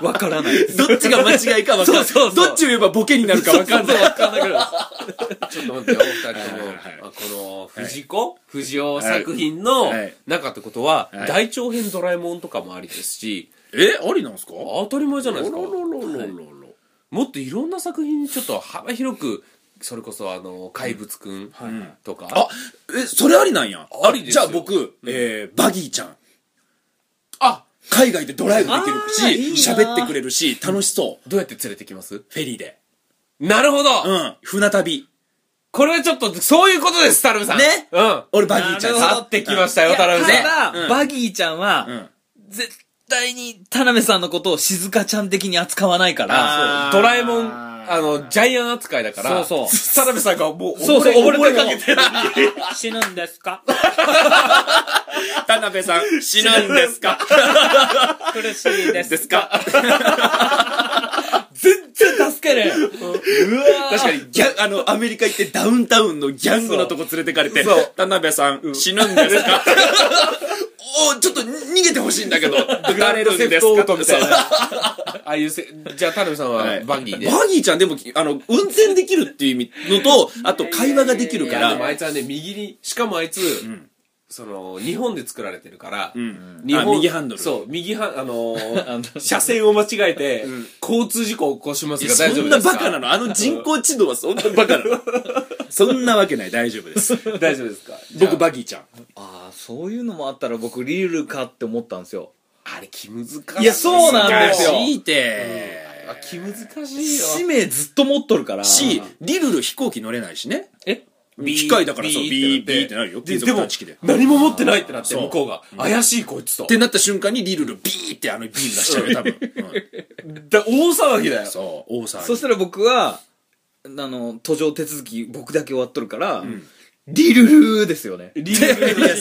Speaker 2: わからないです
Speaker 3: どっちが間違いか分かんな
Speaker 2: そう
Speaker 3: い
Speaker 2: そうそう
Speaker 3: どっちを言えばボケになる か分かんない
Speaker 2: わかんないぐらいです
Speaker 1: ちょっと待ってよお二人とも、
Speaker 3: はいはいはい
Speaker 1: あこの藤子不二雄作品の
Speaker 3: はい
Speaker 1: 中ってことは、
Speaker 3: はい
Speaker 1: 大長編ドラえもんとかもありですし
Speaker 3: えありなんすかあ
Speaker 1: 当たり前じゃないですか
Speaker 3: ら
Speaker 1: もっといろんな作品にちょっと幅広くそれこそあの怪物くんとか、
Speaker 3: あえそれありなんや
Speaker 1: ありですよ
Speaker 3: じゃあ僕えーバギーちゃん
Speaker 1: あ
Speaker 3: 海外でドライブできる
Speaker 2: あーいい
Speaker 3: し
Speaker 2: な
Speaker 3: 喋ってくれるし楽しそう
Speaker 1: どうやって連れてきます
Speaker 3: フェリーで
Speaker 1: なるほど、
Speaker 3: うん船旅
Speaker 1: これはちょっとそういうことです田辺さん
Speaker 2: ね
Speaker 1: うん
Speaker 3: 俺バギーちゃん
Speaker 2: なるほ
Speaker 1: 去
Speaker 2: ど
Speaker 1: ってきましたよ
Speaker 2: いや
Speaker 1: 田辺さん
Speaker 2: ただ、
Speaker 3: うん
Speaker 2: バギーちゃんは、
Speaker 3: うん
Speaker 2: 絶対に田辺さんのことを静香ちゃん的に扱わないから、
Speaker 3: あー
Speaker 1: ドラえもん、あの、ジャイアン扱いだから、
Speaker 2: そうそ
Speaker 1: 田辺さんがもう、
Speaker 2: そうそう
Speaker 1: 溺れ
Speaker 2: 溺れ
Speaker 1: かけてる。
Speaker 2: 死ぬんですか
Speaker 3: 田辺さん死ぬんですか
Speaker 2: 苦しいで
Speaker 3: ですか
Speaker 2: 全然助ける。うわー
Speaker 3: 確かにギャあのアメリカ行ってダウンタウンのギャングのとこ連れてかれて
Speaker 1: そう
Speaker 3: 田辺さん、死ぬんです かおちょっと逃げてほしいんだけど撃たれるん
Speaker 1: セ
Speaker 3: で
Speaker 1: フ
Speaker 3: す
Speaker 1: トオー
Speaker 3: か
Speaker 1: トみたいな
Speaker 3: そう。
Speaker 1: ああいうせ、じゃあ田辺さん
Speaker 3: は
Speaker 1: はいバギーで。
Speaker 3: バギーちゃんでもあの運転できるっていう意味のとあと会話ができる
Speaker 1: い
Speaker 3: か
Speaker 1: や、でもあ
Speaker 3: ら
Speaker 1: いつはね、右に、しかもあいつ、その、日本で作られてるから、
Speaker 3: ん
Speaker 1: 日本
Speaker 3: あ右ハンドル
Speaker 1: そう、右ハン、あ のー
Speaker 2: あの
Speaker 1: 車線を間違えて、交通事故を起こしますが大丈
Speaker 3: そ
Speaker 1: 夫で
Speaker 3: んな
Speaker 1: すか
Speaker 3: バカなのあの人工知能はそんなバカなのそんなわけない大丈 夫です
Speaker 1: 大丈夫ですか
Speaker 3: 僕
Speaker 1: バ
Speaker 3: バギーちゃん
Speaker 2: ああ、そういうのもあったら僕リールかって思ったんですよ。
Speaker 1: あれ気難しい。
Speaker 2: いやそうなんですよ
Speaker 3: 強いて
Speaker 1: あ気難しいよ。
Speaker 2: 使命ずっと持っとるから。
Speaker 3: しリルル飛行機乗れないしね
Speaker 2: え
Speaker 3: 機械だからそう
Speaker 1: ビ
Speaker 3: ビ
Speaker 1: ー
Speaker 3: ー
Speaker 1: ビーっ
Speaker 3: ビーってて
Speaker 1: な
Speaker 3: な
Speaker 1: る
Speaker 3: る
Speaker 1: よ
Speaker 3: よ
Speaker 1: で
Speaker 3: 金
Speaker 1: で
Speaker 3: 属
Speaker 1: も
Speaker 3: 探知機で
Speaker 1: 何も持ってないってなって
Speaker 3: そう
Speaker 1: 向こうが怪しいこいつと
Speaker 3: ってなった瞬間にリルルビーってあのビーム出しちゃう よ多分、うん
Speaker 1: だ大騒ぎだよ
Speaker 3: そう大騒ぎ
Speaker 2: そしたら僕は、あの、途上手続き僕だけ終わっとるから、リルルーですよね。
Speaker 1: リルルルあ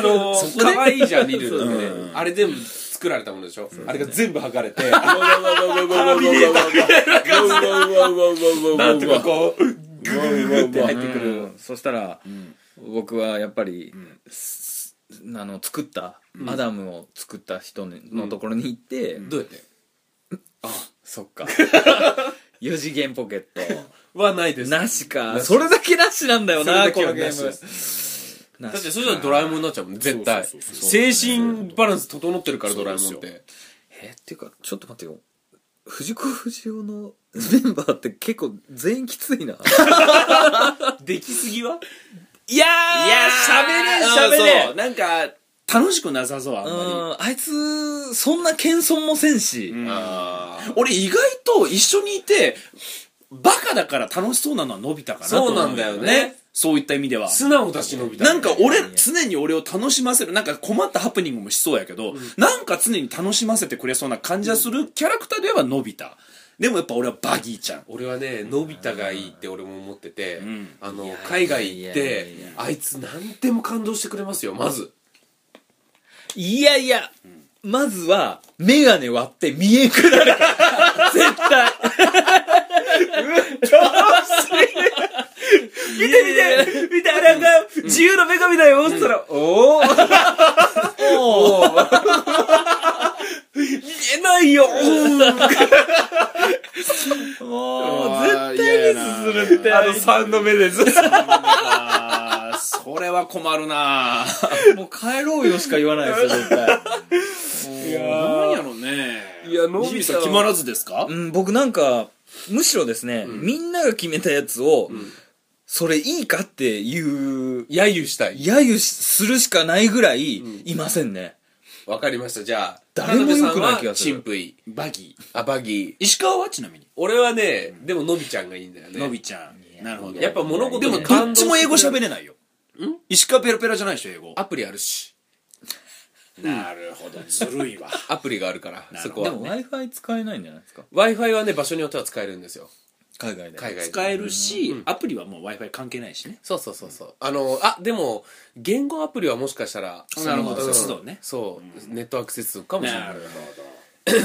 Speaker 1: の
Speaker 3: そ
Speaker 1: ー
Speaker 3: こで
Speaker 1: 可愛いじゃんリルルル
Speaker 3: う
Speaker 1: ねあれ全部作られたものでしょあれが全部剥がれて ターミ ネーターみたいな感じでなんとかこうググググって入ってく
Speaker 2: う
Speaker 1: る
Speaker 2: んそしたら、僕はやっぱり、すあの作った、アダムを作った人のところに行って、
Speaker 1: どうやって
Speaker 2: そっか 4次元ポケ ット
Speaker 1: はないですだ
Speaker 2: なしか
Speaker 1: なし
Speaker 2: それだけなしなんだよ
Speaker 1: それだ
Speaker 2: な
Speaker 1: け
Speaker 2: こ
Speaker 1: は
Speaker 2: のゲー
Speaker 1: な
Speaker 2: ム
Speaker 1: し
Speaker 2: だ
Speaker 1: ってそれじゃドラえもんになっちゃうもん絶対
Speaker 3: そうそうそ
Speaker 1: 精
Speaker 3: う
Speaker 1: 神バランス整ってるからドラえもんっ
Speaker 3: そうで
Speaker 1: て
Speaker 2: えっていうかちょっと待ってよ藤子不二雄のメンバーって結構全員き ついな
Speaker 1: できすぎはい
Speaker 2: やー喋
Speaker 3: うん
Speaker 2: れん喋れん
Speaker 3: そうなんか楽しくなさそうあん
Speaker 2: うん
Speaker 3: ま
Speaker 2: あいつそんな謙遜もせんし、
Speaker 3: り、うん
Speaker 1: あー
Speaker 3: 俺意外と一緒にいてバカだから楽しそうなのはのび太かなと思
Speaker 1: そうなんだよね
Speaker 3: そういった意味では
Speaker 1: 素直だしのび太
Speaker 3: なんか俺常に俺を楽しませるなんか困ったハプニングもしそうやけど、なんか常に楽しませてくれそうな感じはするキャラクターではのび太でもやっぱ俺はバギーちゃん
Speaker 1: 俺はねのび太がいいって俺も思ってて、
Speaker 3: ん
Speaker 1: あ
Speaker 2: い
Speaker 1: の
Speaker 2: やいや
Speaker 1: 海外行っ
Speaker 2: いや
Speaker 1: て
Speaker 2: いやいや
Speaker 1: あいつ何でも感動してくれますよまず
Speaker 2: いやいや、まずは、メガネ割って見えんくな る。絶対。見て見て見てあれが自由の女神だよっつったら「おおおお見えない よおおもう絶対ミスするって
Speaker 1: あの3の目です。
Speaker 3: あーそれは困るな
Speaker 2: もう帰ろうよしか言わないですよ絶対
Speaker 3: いやなんやろね
Speaker 1: いやのび太は
Speaker 3: 日比さん決まらずですか
Speaker 2: うん、僕なんかむしろですね、みんなが決めたやつを、それいいかっていう
Speaker 1: 揶揄したい。
Speaker 2: 揶揄するしかないぐらいいませんね、
Speaker 1: わかりました。じゃあ、
Speaker 2: 誰も良くない気がする
Speaker 1: 田辺さんはチンプイ。
Speaker 3: バギー
Speaker 1: あ、バギー。
Speaker 3: 石川はちなみに
Speaker 1: 俺はね、でものびちゃんがいいんだよね。
Speaker 3: のびちゃんなるほど
Speaker 1: やっぱ物事
Speaker 3: でも
Speaker 1: に
Speaker 3: どっ
Speaker 1: 感動す
Speaker 3: ち
Speaker 1: る
Speaker 3: も英語喋れないよ石川ペラペラじゃないでしょ英語
Speaker 1: アプリあるし。
Speaker 3: なるほどずる いわ
Speaker 1: アプリがあるから、
Speaker 3: な
Speaker 1: そ
Speaker 3: るほ
Speaker 1: こ
Speaker 2: で。
Speaker 1: は
Speaker 3: ど
Speaker 2: も w i f i 使えないんじゃないですか
Speaker 1: Wi-Fi はね、場所によっては使えるんですよ。
Speaker 2: 海外で
Speaker 1: 海外で。
Speaker 3: 使えるしアプリはもう w i f i 関係ないしね
Speaker 1: そうそうそうそう。あの、あ、でも、言語アプリはもしかしたら、
Speaker 3: なるほど
Speaker 1: うん
Speaker 3: 節度ね
Speaker 1: そう、ネットアクセスかもしれない。
Speaker 3: ほど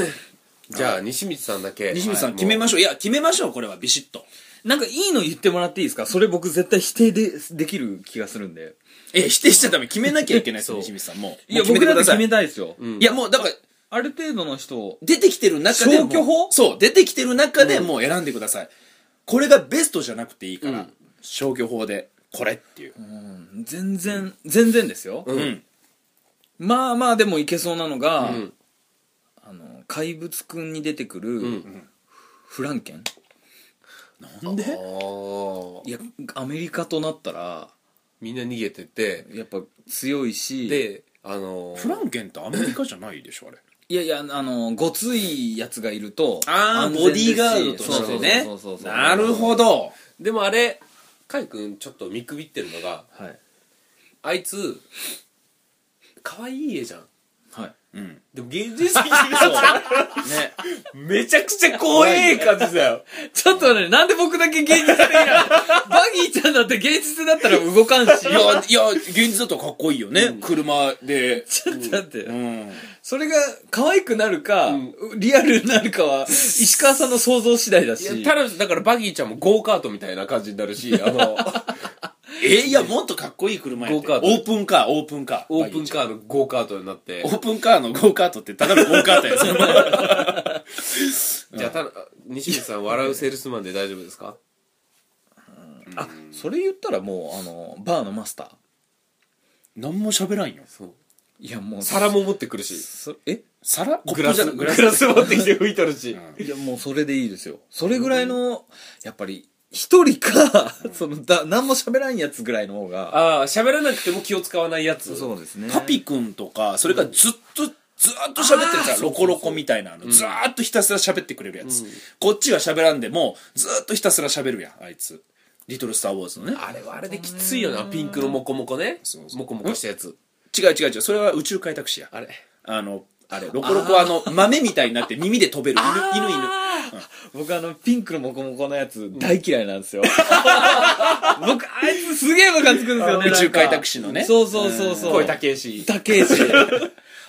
Speaker 1: じゃあ、西光さんだけ。
Speaker 3: 西村さん
Speaker 1: はい
Speaker 3: 決め
Speaker 1: も
Speaker 3: ましょういや決めましょうこれはビシッと
Speaker 2: なんかいいの言ってもらっていいですかそれ僕絶対否定でできる気がするんで
Speaker 3: え否定しちゃダメ決めなきゃいけないです
Speaker 1: そう
Speaker 3: 西光さんもう
Speaker 2: いや
Speaker 3: もう
Speaker 2: 僕だって
Speaker 3: さ
Speaker 2: 決めたいですよ、
Speaker 1: ん
Speaker 3: いやもうだから
Speaker 2: ある程度の人を
Speaker 3: 出てきてる中でも
Speaker 2: 消去法
Speaker 3: そう出てきてる中でもう選んでください、これがベストじゃなくていいから、消去法でこれっていう
Speaker 2: 全然全然ですよ、
Speaker 1: う。
Speaker 3: うんん
Speaker 2: まあまあでもいけそうなのが、
Speaker 1: うん
Speaker 2: あの怪物くんに出てくる、
Speaker 1: ん
Speaker 2: フランケン
Speaker 3: なんで
Speaker 1: おー
Speaker 2: いやアメリカとなったら
Speaker 1: みんな逃げてって、
Speaker 2: やっぱ強いし
Speaker 1: で、あのー、
Speaker 3: フランケンってアメリカじゃないでしょあれ
Speaker 2: いやいやあのごついやつがいると
Speaker 3: ああ
Speaker 2: 安
Speaker 3: ボ
Speaker 2: 全
Speaker 3: デ
Speaker 2: ですし
Speaker 3: ィーガードとしてね
Speaker 2: そうそうそうそう
Speaker 3: なるほど
Speaker 1: でもあれ、カイ君ちょっと見くびってるのが、
Speaker 2: はい
Speaker 1: あいつ、可愛い絵じゃん。
Speaker 2: はい
Speaker 3: うんね
Speaker 1: でも現実的にめちゃくちゃ怖え感じだよ。
Speaker 2: ちょっとねなんで僕だけ現実的なバギーちゃんだって現実だったら動かんし
Speaker 3: いやいや現実だとかっこいいよね、車で
Speaker 2: ちょっと待って、
Speaker 3: うん
Speaker 2: それが可愛くなるか、
Speaker 1: うん
Speaker 2: リアルになるかは石川さんの想像次第だ
Speaker 1: い
Speaker 2: し
Speaker 1: や、ただ、だからバギーちゃんもゴーカートみたいな感じになるし、 あの、
Speaker 3: えいやもっとかっこいい車やって
Speaker 1: ゴーカート
Speaker 3: オープンカーオープンカー
Speaker 1: オープンカーのゴーカートになって
Speaker 3: オ、ープンカーのゴーカートってただのゴーカートやそれも
Speaker 1: じゃあ、ただ、西口さん笑うセールスマンで大丈夫ですか
Speaker 2: あそれ言ったらもうあのバーのマスター
Speaker 3: 何も喋らんよ
Speaker 1: そう。
Speaker 2: いやもう
Speaker 1: 皿も持ってくるし、
Speaker 2: そえ
Speaker 3: 皿コッ
Speaker 1: グラ
Speaker 3: プじゃ
Speaker 1: ス、
Speaker 3: ない
Speaker 1: グラス持ってきて拭いとるし。
Speaker 2: いやもうそれでいいですよそれぐらいのやっぱり一人か、そのだ何も喋らんやつぐらいの方が
Speaker 1: ああ、喋らなくても気を使わないやつ。
Speaker 2: そうですね
Speaker 3: パピ君とかそれからずっとずーっと喋ってる
Speaker 1: あ
Speaker 3: さ
Speaker 1: ー
Speaker 3: ロコロコみたいなのずーっとひたすら喋ってくれるやつ、こっちは喋らんでもずーっとひたすら喋るやんあいつ「リトル・スター・ウォーズ」のね
Speaker 1: あれはあれできついよな、ピンクのモコモコね
Speaker 3: そう。そう
Speaker 1: モコモコしたやつ。
Speaker 3: 違う違う違うそれは宇宙開拓士や
Speaker 1: あれ。
Speaker 3: あのあれロコロコはあの豆みたいになって耳で飛べる犬犬犬
Speaker 2: 僕あのピンクのモコモコのやつ大嫌いなんですよ 僕あいつすげえムカつくんですよね
Speaker 3: 宇宙開拓士のね
Speaker 2: そうそうそうそう
Speaker 1: 声高えし。
Speaker 2: 高えし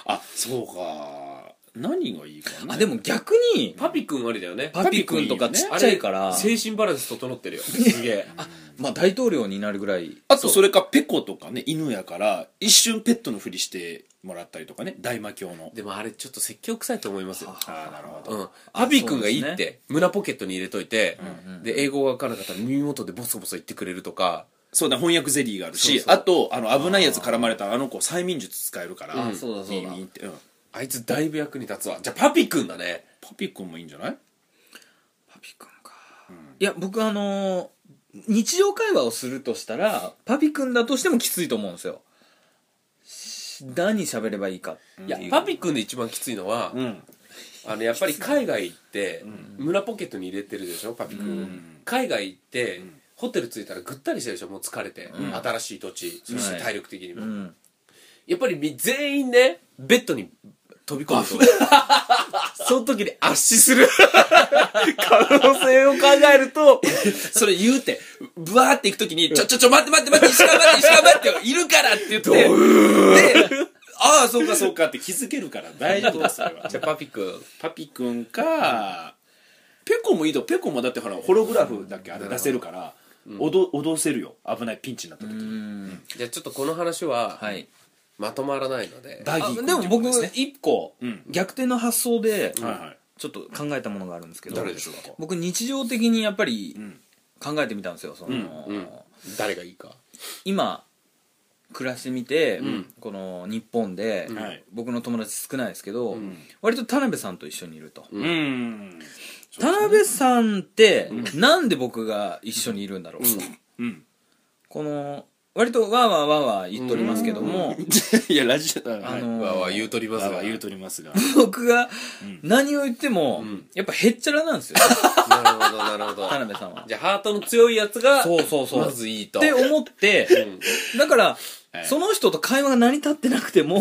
Speaker 3: あそうか何がいいかな
Speaker 2: あでも逆に
Speaker 1: パピ君あれだよね。
Speaker 2: パピ君とかちっ
Speaker 1: あれ
Speaker 2: ちゃいから、
Speaker 1: 精神バランス整ってる よ。すげえ。あ
Speaker 2: まあ大統領になるぐらい
Speaker 3: あとそれかペコとかね犬やから一瞬ペットのふりしてもらったりとかね大魔教の
Speaker 1: でもあれちょっと説教臭いと思いますよ。
Speaker 3: ああなるほ
Speaker 1: うん。パピ君がいい
Speaker 2: そう
Speaker 1: っ
Speaker 2: で
Speaker 1: て、胸ポケットに入れといて、で、英語がわからなかったら耳元でボソボソ言ってくれるとか、
Speaker 3: そうだ翻訳ゼリーがある
Speaker 1: そう
Speaker 3: し
Speaker 1: そう
Speaker 3: あとあの危ないやつ絡まれたらあの子催眠術使えるから、
Speaker 2: んそうだそうだ
Speaker 3: いいいいって、うん
Speaker 1: あいつだいぶ役に立つわ。じゃあパピ君だね。
Speaker 3: パピ君もいいんじゃない
Speaker 2: パピ君か、いや僕あのー日常会話をするとしたらパピ君だとしてもきついと思うんですよし何喋ればいいかっていう
Speaker 1: いや、パピ君で一番きついのは、
Speaker 3: うん
Speaker 1: あのやっぱり海外行って村ポケットに入れてるでしょパピ君、海外行って、ホテル着いたらぐったりしてるでしょもう疲れて、新しい土地そして体力的にも、
Speaker 2: うん
Speaker 1: やっぱりみ全員ねベッドに飛び込むとその時に圧死する可能性を考えると
Speaker 3: それ言うてブワーって行く時に「ちょちょちょ待って待って待って石川待って石川待 っているから」って言ってで「ああそうかそうか」って気づけるから大丈夫ですそれ は
Speaker 1: じゃあパピ君
Speaker 3: パピ君か、ペコもいいとペコもだってほらホログラフだっけあれ出せるからおど脅せるよ危ないピンチになった時
Speaker 2: う
Speaker 3: に
Speaker 2: ん
Speaker 1: じゃあちょっとこの話は
Speaker 2: はい
Speaker 1: まとまらないので、
Speaker 3: バギ
Speaker 2: あ
Speaker 3: ー君
Speaker 2: でも僕
Speaker 3: っていうことですね
Speaker 2: 一個
Speaker 3: うん
Speaker 2: 逆転の発想で
Speaker 3: はいはい
Speaker 2: ちょっと考えたものがあるんですけど
Speaker 1: 誰でしょうか
Speaker 2: 僕日常的にやっぱり
Speaker 3: ん
Speaker 2: 考えてみたんですよその
Speaker 1: うん誰がいいか
Speaker 2: 今暮らしてみて、
Speaker 1: ん
Speaker 2: この日本で、
Speaker 3: はい
Speaker 2: 僕の友達少ないですけど、
Speaker 1: ん
Speaker 2: 割と田辺さんと一緒にいると、
Speaker 1: うん
Speaker 3: うん
Speaker 2: 田辺さんって、なんで僕が一緒にいるんだろ う、
Speaker 3: うん
Speaker 2: この割とわーわーわーわー言っとりますけども、
Speaker 3: いやラジオ
Speaker 2: あ
Speaker 3: あ
Speaker 2: の
Speaker 3: の
Speaker 1: わあわあ言うとりますが
Speaker 3: 言うとりますが
Speaker 2: 僕が
Speaker 3: ん
Speaker 2: 何を言っても、
Speaker 1: ん
Speaker 2: やっぱへっちゃらなんですよ
Speaker 1: なるほどなる ほど
Speaker 2: 田辺さんは
Speaker 1: じゃあハートの強いやつが
Speaker 2: そうそうそう
Speaker 1: まずいいと
Speaker 2: って思 って
Speaker 1: うん
Speaker 2: だから、
Speaker 3: はい
Speaker 2: その人と会話が成り立ってなくて も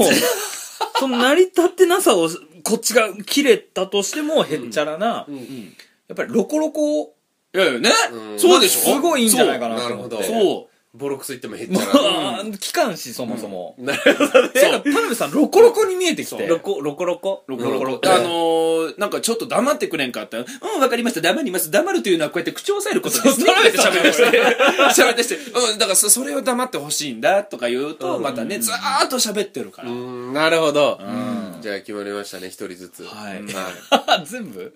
Speaker 2: その成り立ってなさをこっちが切れたとしてもへっちゃらな、
Speaker 1: うん
Speaker 2: やっぱりロコロコ
Speaker 3: いやいやね
Speaker 1: うん
Speaker 3: そうでしょ
Speaker 2: すごいいいんじゃないかな
Speaker 1: そう
Speaker 2: と思って
Speaker 1: なるほど
Speaker 3: そう
Speaker 1: ボロクソ言ってもへっ ち
Speaker 2: ま
Speaker 1: ゃ
Speaker 2: あ、
Speaker 1: ら
Speaker 2: 機関士そもそも。
Speaker 1: なるほどね
Speaker 2: だから田辺さん、ロコロコに見えてきて。
Speaker 1: ロコロコロコ
Speaker 3: ロコロコ
Speaker 1: ロ
Speaker 3: ロ
Speaker 1: コ
Speaker 3: あのー、なんかちょっと黙ってくれんかったらうん、わかりました、黙ります。黙るというのはこうやって口を押さえることですね。
Speaker 2: そう
Speaker 3: って喋り出して。 喋り出して。うん、だからそそれを黙ってほしいんだとか言うと、またね、ずーっと喋ってるから。
Speaker 1: うーんなるほどじゃあ決まりましたね一人ずつ
Speaker 2: はい
Speaker 1: は い
Speaker 2: 全部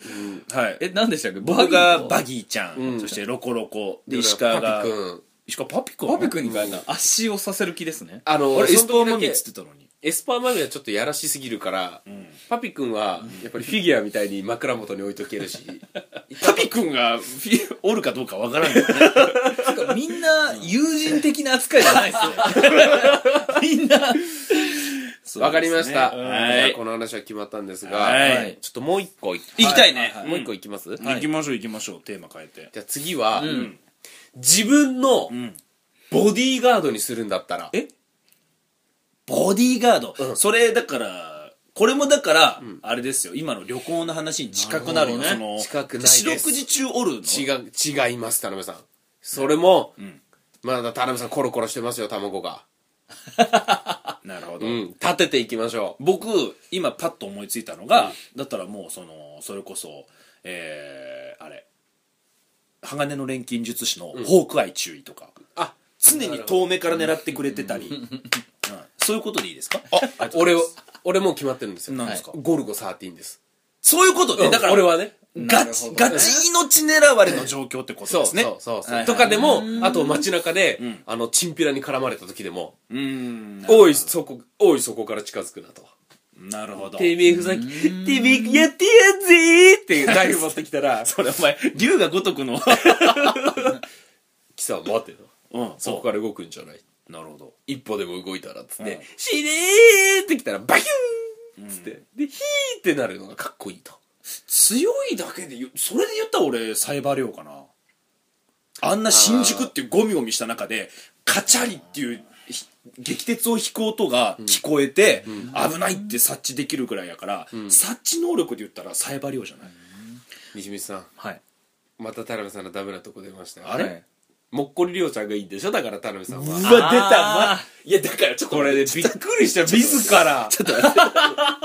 Speaker 3: はい。
Speaker 2: え、何でしたっけ
Speaker 3: 僕が
Speaker 2: バ
Speaker 3: バ
Speaker 2: ギ
Speaker 3: ギーちゃん、
Speaker 1: うん
Speaker 3: そしてロコロコ、で
Speaker 1: で
Speaker 3: 石川
Speaker 1: パ
Speaker 3: が
Speaker 1: ピ、君
Speaker 3: 石川パピコ
Speaker 2: ーパピ君に変え
Speaker 1: う
Speaker 2: た。圧死をさせる気ですね。
Speaker 1: あの
Speaker 3: あれ、エス
Speaker 1: そ
Speaker 3: パ
Speaker 1: の時
Speaker 3: ー
Speaker 1: だ
Speaker 3: マミ
Speaker 1: け
Speaker 3: っつってたのに。
Speaker 1: エスパーマミはちょっとやらしすぎるから、パピ君はやっぱりフィギュアみたいに枕元に置いとけるし
Speaker 3: パピ君がフ ィおるかどうかわからんけどね。
Speaker 2: なんかみんな、友人的な扱いじゃない ですね。みんな。
Speaker 1: わかりました、
Speaker 3: そうですね
Speaker 1: じゃ
Speaker 3: は
Speaker 1: あ
Speaker 3: い。
Speaker 1: この話は決まったんですが、
Speaker 3: はい
Speaker 1: ちょっともう一個い
Speaker 3: 行きたいね
Speaker 1: はもう一個いきます、
Speaker 2: はい
Speaker 3: 行きましょう行きましょう、テーマ変えて。
Speaker 1: じゃあ次は、
Speaker 2: ん
Speaker 1: 自分の
Speaker 3: ん
Speaker 1: ボディーガードにするんだったら、
Speaker 2: え
Speaker 3: ボディーガード、それだからこれもだから、あれですよ今の旅行の話に近くなるよ
Speaker 2: なる
Speaker 3: そ
Speaker 2: ほ
Speaker 3: の
Speaker 1: 近くないです
Speaker 3: 四六時中おるの
Speaker 1: 違違います田辺さんそれも、
Speaker 3: ん
Speaker 1: まだ田辺さんコロコロしてますよ卵が
Speaker 3: なるほど、
Speaker 1: うん立てていきましょう
Speaker 3: 僕今パッと思いついたのが、だったらもうそのそれこそえー、あれ鋼の錬金術師のホークアイ注意とか、
Speaker 1: あ
Speaker 3: 常に遠目から狙ってくれてたり、うんそういうことでいいですか
Speaker 1: あ俺を俺もう決まってるんですよ
Speaker 3: 何ですか
Speaker 1: ゴルゴ13です
Speaker 3: そういうことで、だから
Speaker 1: 俺はね
Speaker 3: ガ
Speaker 2: な
Speaker 3: チ、
Speaker 2: るほどね
Speaker 3: ガチ命狙われの状況ってこと
Speaker 1: そう
Speaker 3: ですね
Speaker 1: そうそうそう、
Speaker 3: はいはい
Speaker 1: とかでもあと街中で、あのチンピラに絡まれた時でも
Speaker 3: うーん
Speaker 1: 「おいそこおいそこから近づくな」と
Speaker 3: なる
Speaker 1: 「
Speaker 3: ほど
Speaker 1: てめえふざけてめえやってやんぜ!」ってナイフ持ってきたら
Speaker 3: それお前、龍が如く の。
Speaker 1: 「貴様待て」と
Speaker 3: うん、
Speaker 1: 「そこから動くんじゃない」
Speaker 3: う。なるほど。
Speaker 1: 一歩でも動いたらっつって「
Speaker 3: うん
Speaker 1: 死ねー!」ってきたらバキューンっつって、で「ヒー!」ってなるのがかっこいいと
Speaker 3: 強いだけで言う、それで言ったら俺、サイバー量かな。あんな新宿っていうゴミゴミした中で、カチャリっていうひ激鉄を引く音が聞こえて、危ないって察知できるぐらいやから、察知能力で言ったらサイバー量じゃない。
Speaker 1: 西光さん
Speaker 2: はい。
Speaker 1: また田辺さんのダメなとこ出ましたよ
Speaker 3: あれ
Speaker 2: はい
Speaker 1: もっこりりょうちゃんがいいんでしょだから田辺さんは
Speaker 3: うわ、出た、
Speaker 2: あ
Speaker 3: ま、いや、だからちょっと
Speaker 1: これでびっくりした自ら
Speaker 3: ちょっと待って、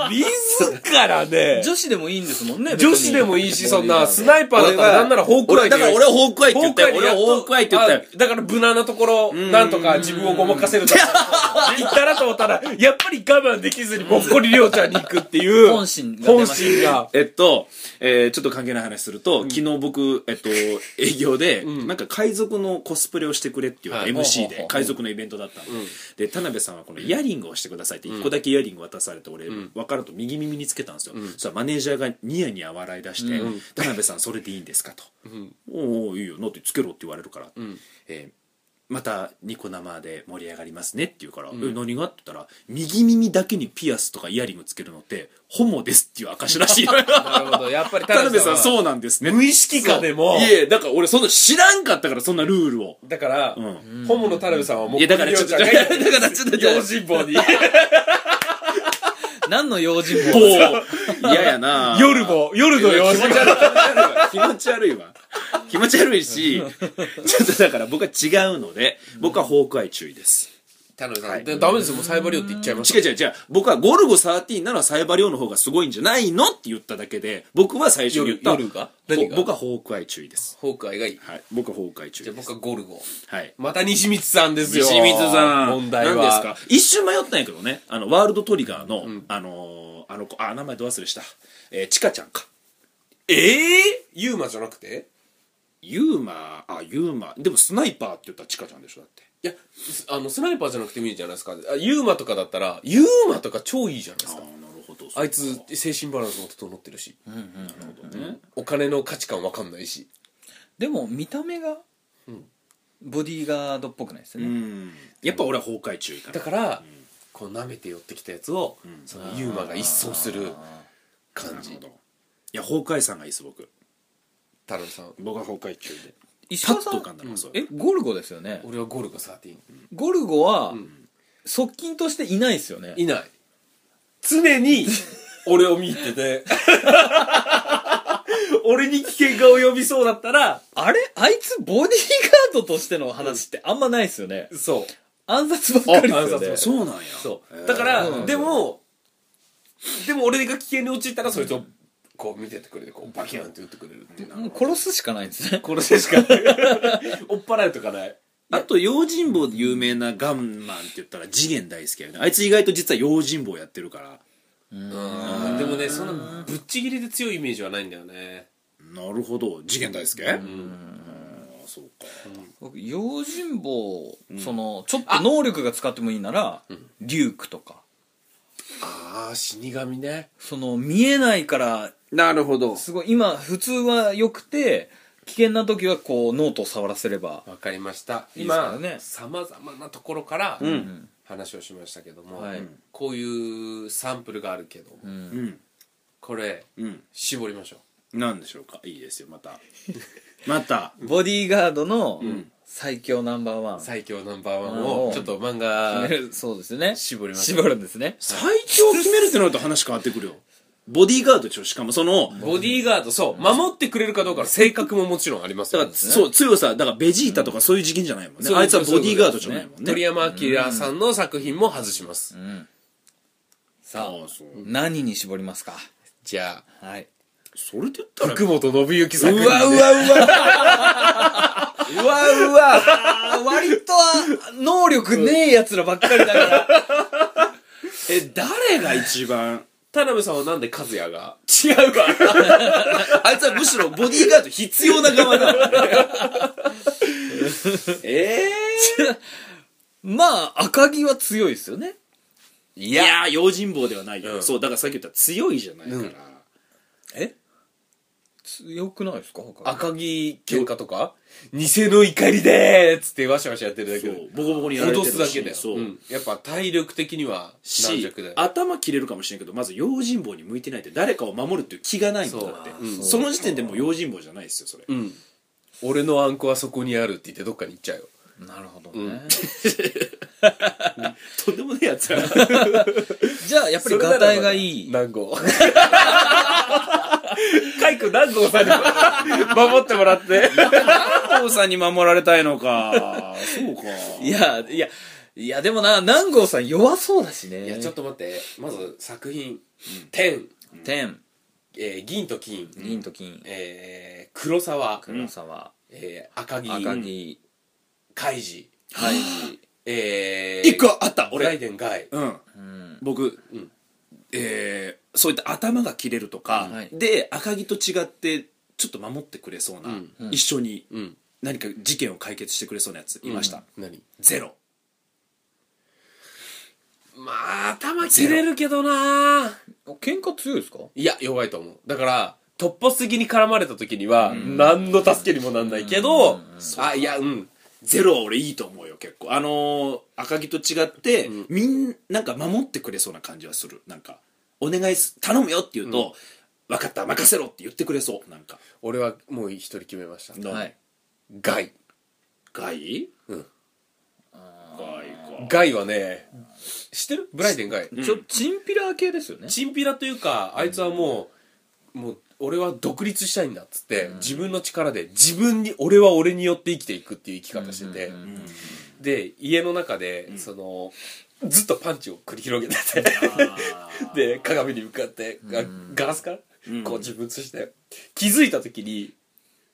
Speaker 1: 自らね
Speaker 2: 女子でもいいんですもんね。
Speaker 1: 女子でもいいしそんなスナイパーだった
Speaker 3: 俺
Speaker 1: ら
Speaker 3: は
Speaker 1: なんならホークアイ
Speaker 3: だから俺はホークアイって
Speaker 1: ホ
Speaker 3: 言
Speaker 1: ー
Speaker 3: った
Speaker 1: クアイ
Speaker 3: よ。俺はホークアイって言ったよ。
Speaker 1: だから無難なところなんとか自分をごまかせるとか言ったらと思ったらやっぱり我慢できずにもっこりりょうちゃんに行くっていう
Speaker 2: 本心が出ま
Speaker 1: 本
Speaker 2: した
Speaker 1: 心が
Speaker 3: えっと、えーちょっと関係ない話すると、昨日僕、えっと、営業で、なんか海賊のコスプレをしてくれっていう、
Speaker 1: はい
Speaker 2: ほ
Speaker 3: MC
Speaker 2: うほうほ
Speaker 3: で
Speaker 2: う、
Speaker 3: 海賊のイベントだったの、で、田辺さんはこのイヤリングをしてくださいって、一個だけイヤリング渡されて、俺、分かると右耳につけたんですよ。そしたらマネージャーがニヤニヤ笑い出して、田辺さんそれでいいんですかと。おうおういいよ、なってつけろって言われるから。えーまたニコ生で盛り上がりますねって言うから「え何が?」って言ったら「右耳だけにピアスとかイヤリングつけるのってホモです」っていう証 らしい
Speaker 1: なるほどやっぱり
Speaker 3: 田辺さん
Speaker 1: う
Speaker 3: そうなんですね
Speaker 1: 無意識下でも
Speaker 3: そういやだから俺そんな知らんかったからそんなルールを
Speaker 1: だから
Speaker 3: ん
Speaker 1: ホモの田辺さんはもっこ
Speaker 3: いや
Speaker 1: り
Speaker 3: だから
Speaker 1: りょ
Speaker 3: ちょ
Speaker 1: うち
Speaker 3: っと
Speaker 1: ゃん
Speaker 3: だ
Speaker 1: が
Speaker 3: か
Speaker 1: いい
Speaker 3: ら ちょっと
Speaker 1: 用心棒に
Speaker 2: 何の用心棒
Speaker 3: 棒嫌や な
Speaker 1: 夜も夜の用心
Speaker 3: 気持ち悪いわ気持ち悪いしちょっとだから僕は違うので僕はホークアイ注意です
Speaker 1: 田辺さん、でダメですよもうサイバリオって言っちゃいました
Speaker 3: 違う違う違う僕はゴルゴ13ならサイバリオの方がすごいんじゃないのって言っただけで僕は最初に言った
Speaker 1: 夜夜が何が
Speaker 3: ぼ僕はホークアイ注意です
Speaker 1: ホークアイがいい
Speaker 3: はい僕はホークアイ注意
Speaker 1: じゃあ
Speaker 3: です
Speaker 1: 僕はゴルゴ
Speaker 3: はい
Speaker 1: また西光さんですよ
Speaker 3: 西光さん
Speaker 1: 問題は
Speaker 3: 何ですか一瞬迷ったんやけどねあのワールドトリガーの、あのーあの子あ名前ど忘れしたえー、チカちゃんか
Speaker 1: ええユーマじゃなくて
Speaker 3: ユーマあユーマでもスナイパーって言ったらチカちゃんでしょだって
Speaker 1: いやすあのスナイパーじゃなくてもいいじゃないですかあユーマとかだったらユーマとか超いいじゃないですか
Speaker 3: なるほど
Speaker 1: あいつ精神バランスも整ってるし
Speaker 3: なるほどね
Speaker 1: お金の価値観わかんないし
Speaker 2: でも見た目がボディーガードっぽくないです
Speaker 3: う
Speaker 2: ね
Speaker 3: んやっぱ俺は崩壊注意か
Speaker 1: だ
Speaker 3: な
Speaker 1: から、こう舐めて寄ってきたやつを、そのユーマが一掃する感
Speaker 3: な
Speaker 1: じ
Speaker 3: るほどいや崩壊さんがいいです僕
Speaker 1: 田辺さん
Speaker 3: 僕は崩壊注意で
Speaker 2: 石
Speaker 3: パ
Speaker 2: 川
Speaker 3: ッ
Speaker 2: さ
Speaker 3: と浮
Speaker 2: ん
Speaker 3: かんだのがそう
Speaker 2: えゴルゴですよね
Speaker 1: 俺はゴルゴ13
Speaker 2: ゴルゴは側近としていないですよね
Speaker 1: いない常に 俺を見入って て
Speaker 2: 俺に危険が及びそうだったらあれあいつボディーガードとしての話ってあんまないですよね
Speaker 1: そう
Speaker 2: 暗殺ばっかり
Speaker 1: あ暗殺
Speaker 2: で
Speaker 1: も
Speaker 2: すよね
Speaker 3: そうなんや
Speaker 1: そうだから、
Speaker 2: うん
Speaker 1: でもでも俺が危険に陥ったらそいつをこう見ててくれてこうバキャンって打ってくれるっていう
Speaker 2: もう殺すしかないんですね
Speaker 1: 殺せしか 追っ払うとかない
Speaker 3: あと用心棒で有名なガンマンって言ったら次元大好きやよねあいつ意外と実は用心棒やってるから
Speaker 1: うんでもねそんなぶっちぎりで強いイメージはないんだよね
Speaker 3: なるほど次元大好きうんあそうか
Speaker 2: 僕用心棒そのちょっと能力が使ってもいいならリュークとか
Speaker 1: ああ死神ね
Speaker 2: その見えないから
Speaker 3: なるほど
Speaker 2: すごい今普通は良くて危険な時はこうノートを触らせれば
Speaker 1: わかりました
Speaker 2: いいですから
Speaker 1: 今
Speaker 2: ね
Speaker 1: さまざまなところから
Speaker 3: ん
Speaker 1: 話をしましたけども、
Speaker 2: はい
Speaker 1: こういうサンプルがあるけど、
Speaker 2: うん
Speaker 3: うん
Speaker 1: これ
Speaker 3: うん
Speaker 1: 絞りましょ
Speaker 3: なんでしょうかいいですよまた また
Speaker 2: ボディーガードの最強ナンバーワン
Speaker 1: う最強ナンバーワンを
Speaker 2: うん
Speaker 1: ちょっと漫 画
Speaker 2: 決めるそうですね
Speaker 1: 絞りましょう
Speaker 2: 絞るんですね
Speaker 3: 最強決めるってなると話変わってくるよボディーガードでしょしかもその
Speaker 1: ボディーガードそう守ってくれるかどうかの性格ももちろんあります
Speaker 3: だ
Speaker 1: よ
Speaker 3: から、そう強さだからベジータとかそういう次元じゃないもんね
Speaker 1: そう
Speaker 3: あいつはボディーガードじゃないもんね
Speaker 1: 鳥山明さんの作品も外します、
Speaker 2: うん
Speaker 3: あ
Speaker 2: さあ
Speaker 3: あそう
Speaker 2: 何に絞りますか
Speaker 1: じゃあ
Speaker 2: はい
Speaker 3: それで言ったら
Speaker 1: 福本信之作品で
Speaker 2: わうわ うわうわあー割とは能力ねえやつらばっかりだから
Speaker 3: え誰が一番
Speaker 1: 田辺さんはなんで和也が
Speaker 3: 違 うかあいつはむしろボディーガード必要な側だえ
Speaker 2: まあ赤城は強いですよね
Speaker 3: ー、いやー用心棒ではないよ、
Speaker 1: うん
Speaker 3: そうだからさっき言った強いじゃないから、
Speaker 1: うん
Speaker 2: え強くないですか赤城
Speaker 1: 赤木喧嘩とか偽の怒りでーっつってワシャワシャやってるだけ
Speaker 3: そ
Speaker 1: で
Speaker 3: うボコボコにやられて
Speaker 1: 脅
Speaker 3: るし
Speaker 1: すだけだよ
Speaker 3: そう、
Speaker 1: うんやっぱ体力的には軟
Speaker 3: し
Speaker 1: 弱だよ
Speaker 3: 頭切れるかもしれんけどまず用心棒に向いてないって誰かを守るっていう気がないんだ
Speaker 1: そう
Speaker 3: って
Speaker 1: うん
Speaker 3: その時点でもう用心棒じゃないですよそれ、
Speaker 1: うん俺のあんこはそこにあるって言ってどっかに行っちゃうよ
Speaker 2: なるほどね、
Speaker 3: とんでもねえやつら
Speaker 2: じゃあやっぱりガタイがいい
Speaker 1: 南郷 カイ君南郷さんに 守ってもらって
Speaker 3: 王さんに守られたいのかそうか
Speaker 2: いやいやいやでもな南郷さん弱そうだしね
Speaker 1: いやちょっと待ってまず作品「天、
Speaker 2: 天
Speaker 1: えー銀と金」
Speaker 2: 銀と金
Speaker 1: えー黒沢」
Speaker 2: 黒沢、
Speaker 1: えー赤木」
Speaker 2: 赤城
Speaker 1: 開示
Speaker 2: ハイジ
Speaker 1: えー、
Speaker 3: 一個あった
Speaker 1: ライ
Speaker 3: 俺
Speaker 1: デンガイ
Speaker 3: うん
Speaker 2: うん
Speaker 3: 僕、
Speaker 1: うん
Speaker 3: えーそういった頭が切れるとか、
Speaker 2: はい
Speaker 3: で赤城と違ってちょっと守ってくれそうな、
Speaker 1: うん
Speaker 2: うん
Speaker 3: 一緒に
Speaker 1: うん
Speaker 3: 何か事件を解決してくれそうなやついました、
Speaker 1: 何
Speaker 3: ゼロ
Speaker 1: まあ頭切れるけどな
Speaker 2: 喧嘩強いですか
Speaker 1: いや弱いと思うだから突発的に絡まれた時には何の助けにもなんないけどあいやうん
Speaker 3: ゼロは俺いいと思うよ結構あのー赤城と違って、
Speaker 1: うん
Speaker 3: みんなんか守ってくれそうな感じはするなんかお願いす頼むよって言うと、分かった任せろって言ってくれそうなんか
Speaker 1: 俺はもう一人決めました
Speaker 3: の
Speaker 2: はい
Speaker 1: ガイ
Speaker 3: ガイ
Speaker 1: うん
Speaker 3: ガイか
Speaker 1: ガイはね知ってるブライデンガイ
Speaker 2: ちょチンピラー系ですよね
Speaker 1: チンピラというかあいつはもうもう俺は独立したいんだっつって、自分の力で自分に俺は俺によって生きていくっていう生き方してて、
Speaker 2: うんうんうん
Speaker 1: で家の中で、そのずっとパンチを繰り広げててで鏡に向かってガガラスから
Speaker 3: ん
Speaker 1: こう自分映して気づいた時に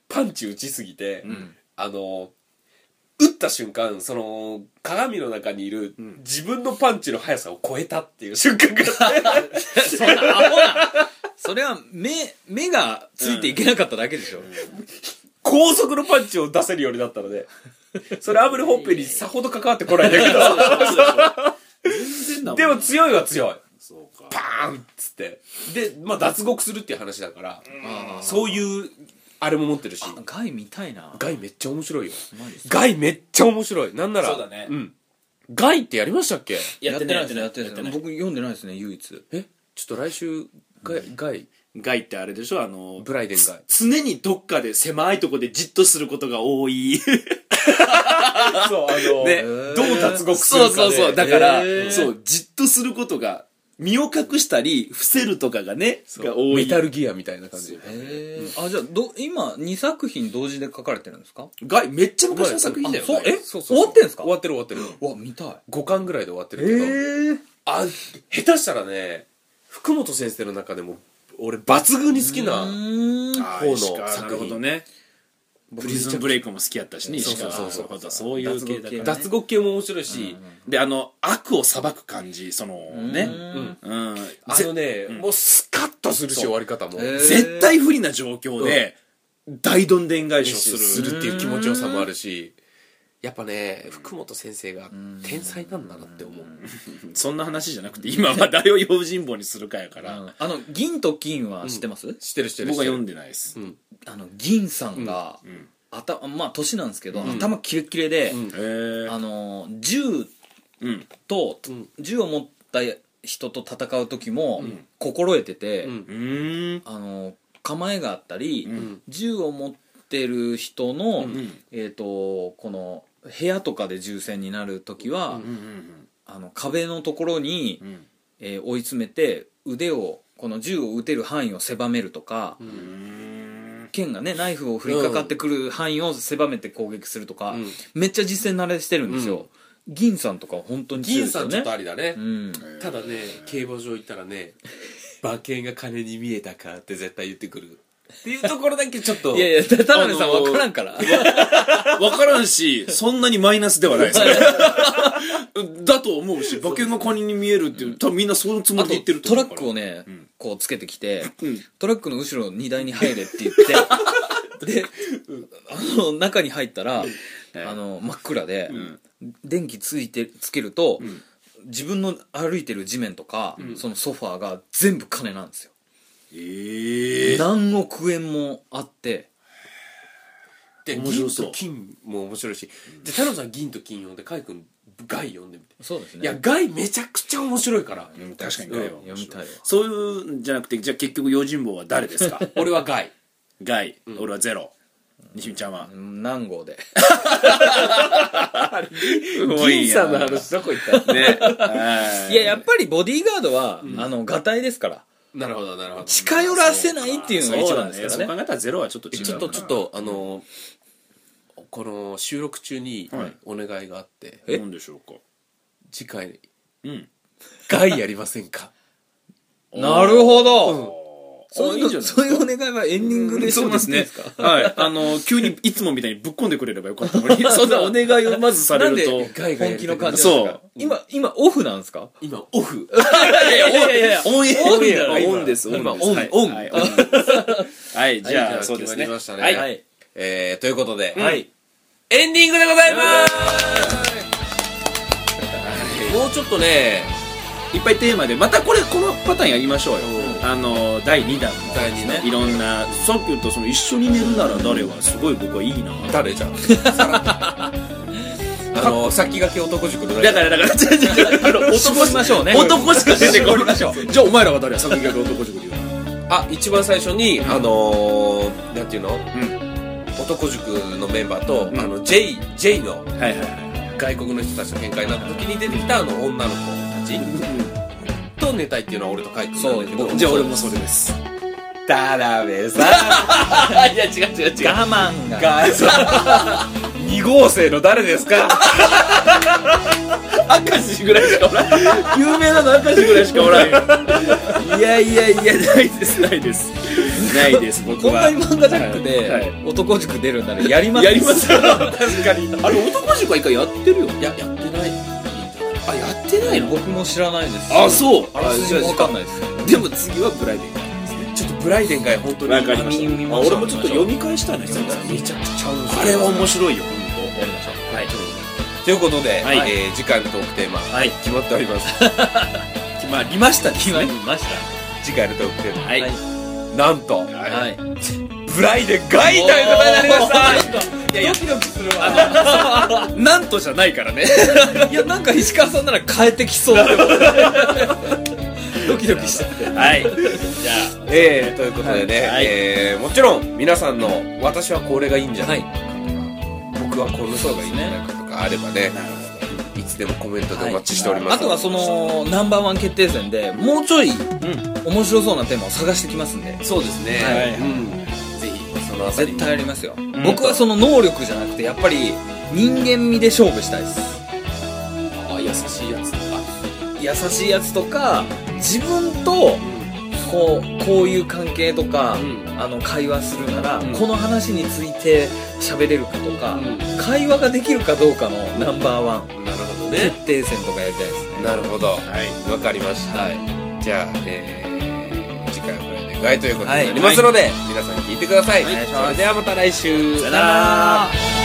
Speaker 1: パンチ打ちすぎて、あの打った瞬間その鏡の中にいる自分のパンチの速さを超えたっていう瞬間があって
Speaker 2: そんなアホなそれは目目がついていけなかっただけでしょ、
Speaker 1: 高速のパンチを出せるようになったのでそれアブルホッペにさほど関わってこないんだけ
Speaker 3: 全然だ
Speaker 1: ど
Speaker 3: もん
Speaker 1: でも強いは強い
Speaker 3: そうか
Speaker 1: パーンっつってで、まあ、脱獄するっていう話だから
Speaker 2: あー
Speaker 1: そういうあれも持ってるし
Speaker 2: ガイみたいな
Speaker 1: ガイめっちゃ面白いよ
Speaker 2: マジっすか
Speaker 1: ガイめっちゃ面白いなんなら
Speaker 3: そうだね
Speaker 1: ん、ガイってやりましたっけ
Speaker 3: やってない
Speaker 2: やってないやってない僕読んでないですね唯一
Speaker 1: えちょっと来週ガイガイ
Speaker 3: ガイってあれでしょあの
Speaker 1: ブライデンガイ
Speaker 3: 常にどっかで狭いとこでじっとすることが多い
Speaker 1: そうあの
Speaker 3: ね
Speaker 1: どう脱獄するかで
Speaker 3: そうそうそうだから、
Speaker 2: へー
Speaker 3: そうじっとすることが身を隠したり伏せるとかがねが多
Speaker 1: メ
Speaker 3: い
Speaker 1: タルギアみたいな感じ
Speaker 2: へえあじゃあど今2作品同時で書かれてるんですか
Speaker 3: ガイめっちゃ昔の作品だよ
Speaker 2: あそう
Speaker 3: ガイ
Speaker 2: え
Speaker 1: そうそうそ
Speaker 2: 終
Speaker 1: う
Speaker 2: わってんすか
Speaker 1: 終わってる終わってる
Speaker 2: わ見たい
Speaker 1: 5巻ぐらいで終わってるけど、
Speaker 2: ええ
Speaker 1: あ下手したらね福本先生の中でも俺抜群に好きな
Speaker 3: あ
Speaker 1: 方の
Speaker 3: 石川
Speaker 1: 作品
Speaker 3: なるほどねプリズンブレイクも好きやったしね
Speaker 1: そう
Speaker 3: 石
Speaker 1: そう
Speaker 3: 川
Speaker 1: そう
Speaker 3: なるほどそういう系だ
Speaker 2: 脱獄
Speaker 3: か
Speaker 2: 系だ
Speaker 3: ら
Speaker 1: 脱獄系も面白いし、
Speaker 3: であの悪を裁く感じそのね
Speaker 2: うん
Speaker 3: うん
Speaker 1: あのね、もうスカッとするし
Speaker 3: そう
Speaker 1: 終わり方も、
Speaker 2: へー
Speaker 3: 絶対不利な状況で大どんでん返しをする
Speaker 1: するっていう気持ちよさもあるしやっぱね福本先生が天才なんだなって思う
Speaker 3: そんな話じゃなくて今は誰を用心棒にするかやから
Speaker 2: あの銀と金は知ってます、
Speaker 1: 知ってる知ってる
Speaker 3: 僕は読ん
Speaker 1: で
Speaker 3: でないです
Speaker 1: うん
Speaker 2: あの銀さんが、
Speaker 3: ん
Speaker 2: 頭まあ年なんですけど、頭キレッキレで、
Speaker 1: ん
Speaker 3: へえ
Speaker 2: あの銃
Speaker 3: うん
Speaker 2: と、
Speaker 1: うん
Speaker 2: 銃を持った人と戦う時も心得てて、
Speaker 1: うん
Speaker 3: うーん
Speaker 2: あの構えがあったり、
Speaker 1: ん
Speaker 2: 銃を持ってる人の、
Speaker 3: ん
Speaker 2: えっ、とこの部屋とかで銃戦になる時は、
Speaker 1: うん
Speaker 3: うんうん
Speaker 2: あの壁のところに、
Speaker 3: うん
Speaker 2: えー追い詰めて腕をこの銃を撃てる範囲を狭めるとか、
Speaker 1: ん
Speaker 3: うーん
Speaker 2: 剣がねナイフを振りかかってくる範囲を狭めて攻撃するとか、
Speaker 1: うん
Speaker 2: めっちゃ実戦慣れしてるんですよ、銀さんとかは本当に強い
Speaker 1: 銀
Speaker 2: です
Speaker 1: さ
Speaker 2: よ
Speaker 1: ん
Speaker 2: ね
Speaker 1: ちょっとありだね、
Speaker 2: うん、
Speaker 1: ただね競馬場行ったらね馬券が金に見えたかって絶対言ってくるっていうところだけちょっと
Speaker 2: いやいや田辺さん
Speaker 3: あのー
Speaker 2: 分からんから、
Speaker 3: わからんし、そんなにマイナスではないですね。 だと思うし、馬券がカニに見えるっていう、多分みんなそのつも
Speaker 2: あ
Speaker 3: り
Speaker 2: と
Speaker 3: で言ってると
Speaker 2: ト
Speaker 3: 思
Speaker 2: ラ
Speaker 3: う
Speaker 2: ックを
Speaker 3: ね。
Speaker 2: ね、
Speaker 3: ん
Speaker 2: こうつけてきて、
Speaker 3: ん
Speaker 2: トラックの後ろ荷台に入れって言 ってであの中に入ったら、あの真っ暗で、電気ついてつけると、自分の歩いてる地面とか、そのソファーが全部金なんですよ
Speaker 3: ええ。
Speaker 2: 何億円もあって
Speaker 1: で
Speaker 3: 面白そう
Speaker 1: 銀と金も面白いしで太郎さん銀と金読んで海君ガイ読んでみて
Speaker 2: そうですね
Speaker 1: いやガイめちゃくちゃ面白いから
Speaker 3: うん確かに
Speaker 1: ガ
Speaker 3: ガ
Speaker 1: イ
Speaker 3: イ
Speaker 1: は
Speaker 3: は
Speaker 2: 読みたいわ
Speaker 3: そういうんじゃなくて、じゃあ結局用心棒は誰で すか
Speaker 1: 俺はガイ
Speaker 3: ガイ、俺はゼロ。西見ちゃんは。
Speaker 2: 何号で
Speaker 1: 銀さんの話どこ行った
Speaker 3: ね。
Speaker 2: いややっぱりボディーガードは、あのがたいですから
Speaker 1: なるほどなるほどち
Speaker 2: 近寄らせないっていうのが一
Speaker 3: そう
Speaker 2: 番
Speaker 3: だ
Speaker 2: です
Speaker 3: ね
Speaker 2: から
Speaker 3: そう
Speaker 2: ね
Speaker 3: 考えたらゼロはちょっと違う。
Speaker 1: ょっとちょっ。とあのこの収録中に
Speaker 3: はい
Speaker 1: お願いがあって
Speaker 2: え
Speaker 3: 何でしょうか。
Speaker 1: 次回
Speaker 3: うん。
Speaker 1: ガイやりませんか
Speaker 2: なるほど、
Speaker 3: そ
Speaker 2: そうう
Speaker 3: い
Speaker 2: い
Speaker 3: いん
Speaker 2: う
Speaker 3: じゃ
Speaker 2: の
Speaker 3: ない
Speaker 2: そういうお願いはエンディングでしょ
Speaker 3: そうですね。 はい。あの、急にいつもみたいにぶっ込んでくれればよかった のに、そんなお願いをまずされ
Speaker 2: なん
Speaker 3: る
Speaker 2: で
Speaker 3: と。
Speaker 1: 外がや
Speaker 2: 本
Speaker 1: り
Speaker 2: 気
Speaker 1: た
Speaker 2: の
Speaker 1: くな
Speaker 2: 感
Speaker 1: る
Speaker 2: じなんです
Speaker 3: そ
Speaker 2: か今今オフなんですか
Speaker 1: 今オフ
Speaker 2: いやいやいやいや
Speaker 3: オンエ
Speaker 2: オンエ
Speaker 3: ア
Speaker 2: ア今
Speaker 3: オンです
Speaker 1: 今
Speaker 3: です
Speaker 1: オン
Speaker 3: はい
Speaker 1: オン
Speaker 3: は いオンですはいじ
Speaker 1: はい
Speaker 3: ゃあそうです
Speaker 1: 決
Speaker 3: ね
Speaker 1: まりましたね
Speaker 3: はい
Speaker 2: はい
Speaker 1: えーということで
Speaker 2: はい
Speaker 1: エンディングでございますもうちょっとね
Speaker 3: いっぱいテーマでまたこれこのパターンやりましょうよあの第2弾の
Speaker 1: 第二弾
Speaker 3: いろんなさっき言ったその一緒に寝るなら誰はすごい僕はいいな
Speaker 1: 誰じゃんあの先駆け男塾の
Speaker 3: だからだから違う違う違うあの
Speaker 2: 絞りましょうね
Speaker 3: 男しか出てこ
Speaker 2: 絞り
Speaker 3: な
Speaker 2: ま
Speaker 3: い
Speaker 2: しょ
Speaker 3: じゃあお前らは誰や先駆け男塾で言うの
Speaker 1: あ一番最初にあのーなんていうの、
Speaker 3: ん
Speaker 1: 男塾のメンバーと、
Speaker 3: うん
Speaker 1: あの J, J の
Speaker 3: はいはいはい
Speaker 1: 外国の人たちの見解になった時に出てきたあの女の子たちと寝たいっていうのは俺と書いて
Speaker 2: そう
Speaker 1: るんだけど
Speaker 2: 僕
Speaker 3: じゃあ俺もそれです
Speaker 2: 田辺さ
Speaker 1: あいや違う違う違
Speaker 2: ん我慢が
Speaker 1: が2号生の誰ですか
Speaker 3: 明石ぐらいしかおらん 有名なの明石ぐらいしかおらんよいやいやいやないですないですないです僕
Speaker 2: こん
Speaker 3: は
Speaker 2: なに漫画ジャックで、
Speaker 3: はい
Speaker 2: 男塾出るんならやります
Speaker 3: やりますよ
Speaker 1: 確かに
Speaker 3: あれ男塾は一回やってるよ
Speaker 1: いややってない
Speaker 3: あやってないの
Speaker 2: 僕も知らないです
Speaker 3: あそう
Speaker 2: あらすじも分かんないいです
Speaker 3: でも次はブライデン
Speaker 1: ちょっとブライデンが本当に
Speaker 3: わかりま
Speaker 2: 読み
Speaker 3: した
Speaker 2: ま
Speaker 3: あ
Speaker 2: しょう
Speaker 3: 俺もちょっと読み返したいな久々に
Speaker 1: めちゃくちゃ面白い
Speaker 3: あれは面白いよ本当はい
Speaker 1: ということで、
Speaker 3: はい
Speaker 1: えー次回のトークテーマ
Speaker 3: はい
Speaker 1: 決まっております
Speaker 3: 決まりましたね
Speaker 2: 決まりました
Speaker 1: 次回のトークテーマ
Speaker 3: はい
Speaker 2: はい
Speaker 1: なんと
Speaker 2: はい
Speaker 1: ブライデンガイということになりましたいややきドキするわ
Speaker 3: なんとじゃないか らね
Speaker 2: いやなんか石川さんなら変えて きそうドキドキした
Speaker 3: はいじゃ
Speaker 1: えー、ということでね、
Speaker 3: はい
Speaker 1: えーもちろん皆さんの「私はこれがいいんじゃないか」とか、僕はこの人がいいんじゃないか」とかあればね
Speaker 3: あなる
Speaker 1: いつでもコメントでお待ちしておりま
Speaker 2: あ
Speaker 1: す、
Speaker 2: とはそのナンバーワン決定戦でもうちょい
Speaker 3: ん
Speaker 2: 面白そうなテーマを探してきますんで
Speaker 1: そうですね、
Speaker 3: はい
Speaker 1: うん、ぜひそのあたり
Speaker 2: 絶
Speaker 1: も
Speaker 2: 対ありますよ僕はその能力じゃなくてやっぱり人間味で勝負したいです
Speaker 1: あ優しいやつとか
Speaker 2: 優しいやつとか自分とこうこういう関係とか、
Speaker 1: ん
Speaker 2: あの会話するなら、
Speaker 1: ん
Speaker 2: この話について喋れるかとか、
Speaker 1: うん
Speaker 2: 会話ができるかどうかのナンバーワン
Speaker 1: なるほどね
Speaker 2: 決定戦とかやりたいですね
Speaker 1: なるほどわ、
Speaker 3: はい
Speaker 1: かりました、
Speaker 2: はい
Speaker 1: じゃあ、えー、次回はこれでガイということになりますので、皆さん聞いてください、
Speaker 2: お願いします
Speaker 1: それではまた来週
Speaker 3: あさよなら